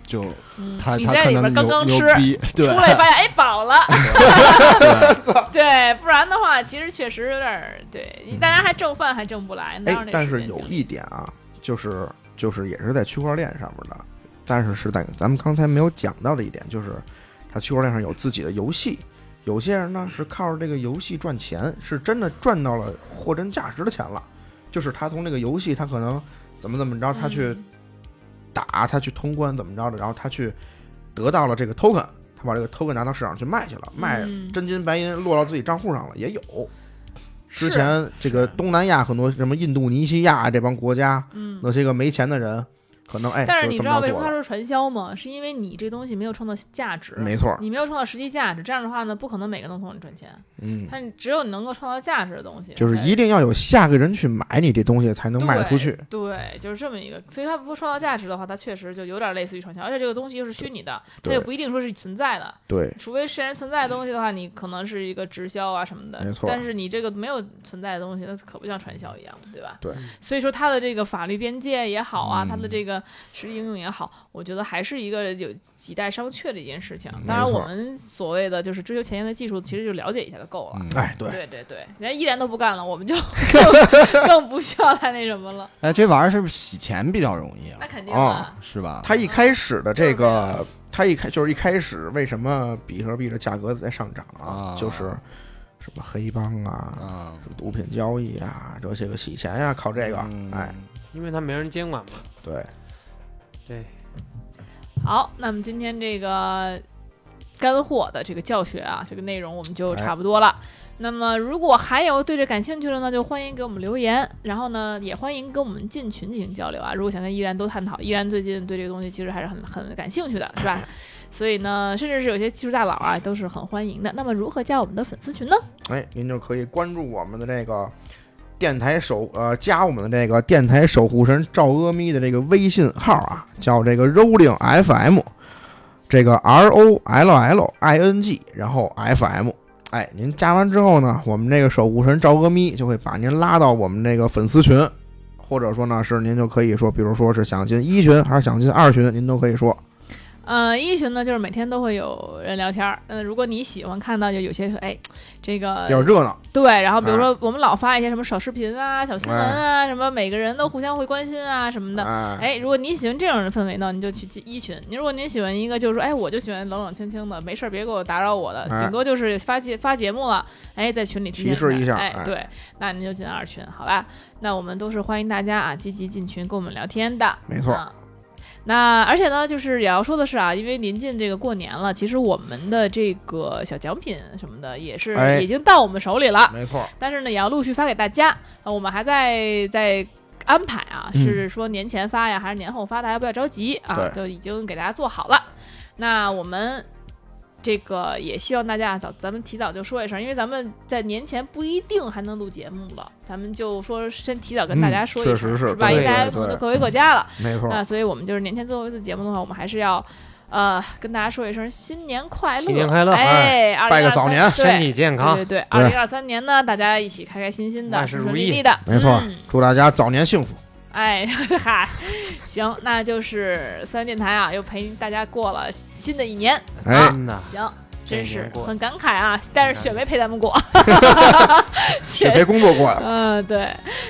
C: 就
B: 嗯
C: 他，
B: 你
C: 他
B: 在
C: 可
B: 里
C: 能
B: 边刚刚
C: 牛
B: 吃，
C: 牛逼，对
B: 出来发现哎饱 了，
C: 对，
B: 对，不然的话，其实确实有点儿对，大家还挣饭还挣不来，哪有
E: 哎
B: 那，
E: 但
B: 时
E: 是
B: 间
E: 有
B: 精力
E: 一点啊，就是就是也是在区块链上面的，但是是在咱们刚才没有讲到的一点，就是它区块链上有自己的游戏。有些人呢是靠着这个游戏赚钱，是真的赚到了货真价实的钱了，就是他从这个游戏，他可能怎么怎么着，他去
B: 嗯
E: 打，他去通关怎么着的，然后他去得到了这个 token，他把这个 token 拿到市场去卖去了，卖
B: 嗯
E: 真金白银落到自己账户上了，也有。之
B: 是
E: 前这个
B: 是
E: 东南亚很多什么印度尼西亚这帮国家，
B: 嗯
E: 那些个没钱的人，可能哎，
B: 但是
E: 就
B: 你
E: 这
B: 知道
E: 么
B: 为
E: 着
B: 什么
E: 做
B: 它
E: 了，
B: 是传销吗？是因为你这东西没有创造价值，
E: 没错，
B: 你没有创造实际价值。这样的话呢，不可能每个人都从你赚钱。
E: 嗯，
B: 但你只有你能够创造价值的东西，
E: 就是
B: 才
E: 一定要有下个人去买你这东西才能卖得出去。
B: 对，就是这么一个。所以它不创造价值的话，它确实就有点类似于传销，而且这个东西又是虚拟的，它
E: 对
B: 也不一定说是存在的。
E: 对，
B: 除非实然存在的东西的话，你可能是一个直销啊什么的。
E: 没错
B: 但是你这个没有存在的东西，那可不像传销一样，对吧？
E: 对。
B: 所以说它的这个法律边界也好啊，
C: 嗯
B: 它的这个实际应用也好，我觉得还是一个有亟待商榷的一件事情
E: 嗯没。
B: 当然，
E: 错
B: 我们所谓的就是追求前沿的技术，其实就了解一下就够了。
C: 嗯
E: 哎，对，
B: 对对对，人家依然都不干了，我们就 更更不需要再那什么了。
C: 哎，这玩意儿是不是洗钱比较容易啊
B: 那？肯定
E: 哦
B: 啊，
C: 是吧？
E: 他一开始的这个，他一开就是一开始为什么比特币的价格在上涨啊
C: 啊？
E: 就是什么黑帮啊、
C: 嗯，
E: 什么毒品交易啊，这些个洗钱呀，靠这个，哎，
D: 因为它没人监管嘛。
E: 对，
D: 对，
B: 好，那么今天这个干货的这个教学啊，这个内容我们就差不多了。那么如果还有对这感兴趣的呢，就欢迎给我们留言，然后呢，也欢迎跟我们进群进行交流啊。如果想跟依然多探讨，依然最近对这个东西其实还是很很感兴趣的，是吧？所以呢，甚至是有些技术大佬啊，都是很欢迎的。那么如何加我们的粉丝群呢？
E: 哎，您就可以关注我们的这个电台守呃，加我们的这个电台守护神赵阿咪的这个微信号啊，叫这个 Rolling FM，这个 R O L L I N G，然后 F M。哎，您加完之后呢，我们这个守护神赵阿咪就会把您拉到我们这个粉丝群，或者说呢是您就可以说，比如说是想进一群还是想进二群，您都可以说。
B: 呃，一群呢就是每天都会有人聊天儿。嗯，如果你喜欢看到有有些说，哎，这个
E: 比较热闹，
B: 对，然后比如
E: 哎
B: 说我们老发一些什么小视频啊、小新闻啊，什么每个人都互相会关心啊什么的。
E: 哎，
B: 哎，如果你喜欢这种氛围呢，你就去进一群；你如果您喜欢一个就是说，哎，我就喜欢冷冷清清的，没事儿别给我打扰我的，
E: 哎
B: 顶多就是发节发节目了，哎，在群里提
E: 提示一下
B: 哎
E: 哎，
B: 对，那您就进二群，好吧？那我们都是欢迎大家啊，积极进群跟我们聊天的。
E: 没错，
B: 啊那而且呢，就是也要说的是啊，因为临近这个过年了，其实我们的这个小奖品什么的也是
E: 哎
B: 已经到我们手里了，
E: 没错，
B: 但是呢，也要陆续发给大家。呃、我们还在在安排啊，
E: 嗯
B: 是说年前发呀，还是年后发？大家不要着急啊，
E: 对
B: 就已经给大家做好了。那我们。这个也希望大家早，咱们提早就说一声，因为咱们在年前不一定还能录节目了，咱们就说先提早跟大家
E: 嗯
B: 说
E: 确
B: 一
E: 实
B: 声，
E: 是
B: 吧？因
D: 对
B: 为大家
E: 对
B: 可能
E: 对
B: 就各回各家了。
E: 没错，
B: 那所以我们就是年前最后一次节目的话，我们还是要。呃，跟大家说一声新年快乐，
D: 新年快乐
B: 哎，2023
E: 拜个早年
B: 对
D: 身体健康
B: 对对对，二零二三年呢，大家一起开开心心的，
D: 万事
B: 顺顺
D: 如
B: 利
D: 意
B: 利的，
E: 没错
B: 嗯
E: 祝大家早年幸福，
B: 哎， 嗨，行，那就是三电台啊，又陪大家过了新的一年，
E: 哎，
D: 真的
B: 行，真
D: 这一
B: 是
D: 年过
B: 很感慨啊，但是雪梅陪咱们过，
E: 雪飞工作过呀。
B: 嗯，对，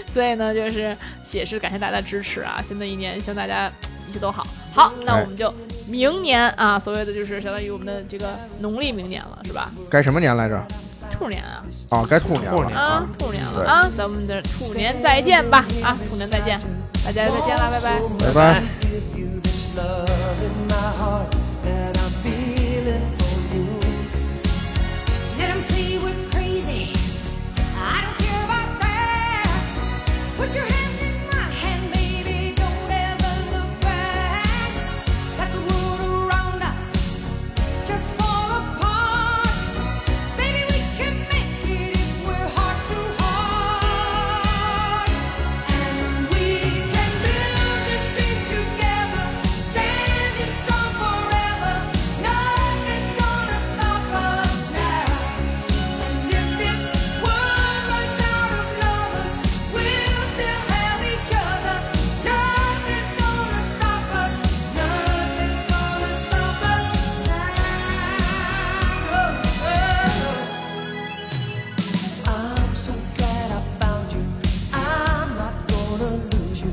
B: 所以呢，就是也是感谢大家支持啊！新的一年，希望大家一切都好。好，那我们就明年啊，所谓的就是相当于我们的这个农历明年了，是吧？
E: 该什么年来着？
B: 兔年啊，
E: 啊，该兔年
D: 兔年
E: 了。
B: 啊，兔年了啊，咱们的兔年再见吧！啊，兔年再见，大家再见啦，拜拜。
E: 拜拜。
A: give you this love in my heart that I'm feeling for you.
G: Let 'em see we're crazy. I don't care about that. Put your hand in my hand, baby. Don't ever look back. Let the world around us just fall apart. Baby, we can make it if we're heart to heart. And we can build this dream together, standing strong forever. Nothing's gonna stop us now. If this world runs out of lovers, we'll still have each other. Nothing's gonna stop us. Nothing's gonna stop us now.
A: I'm so glad I found you. I'm not gonna lose you.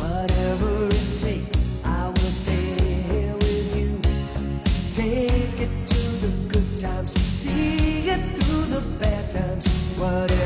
A: Whatever it takes, I will stay here with you. Take it to the good times, see it through the bad times. Whatever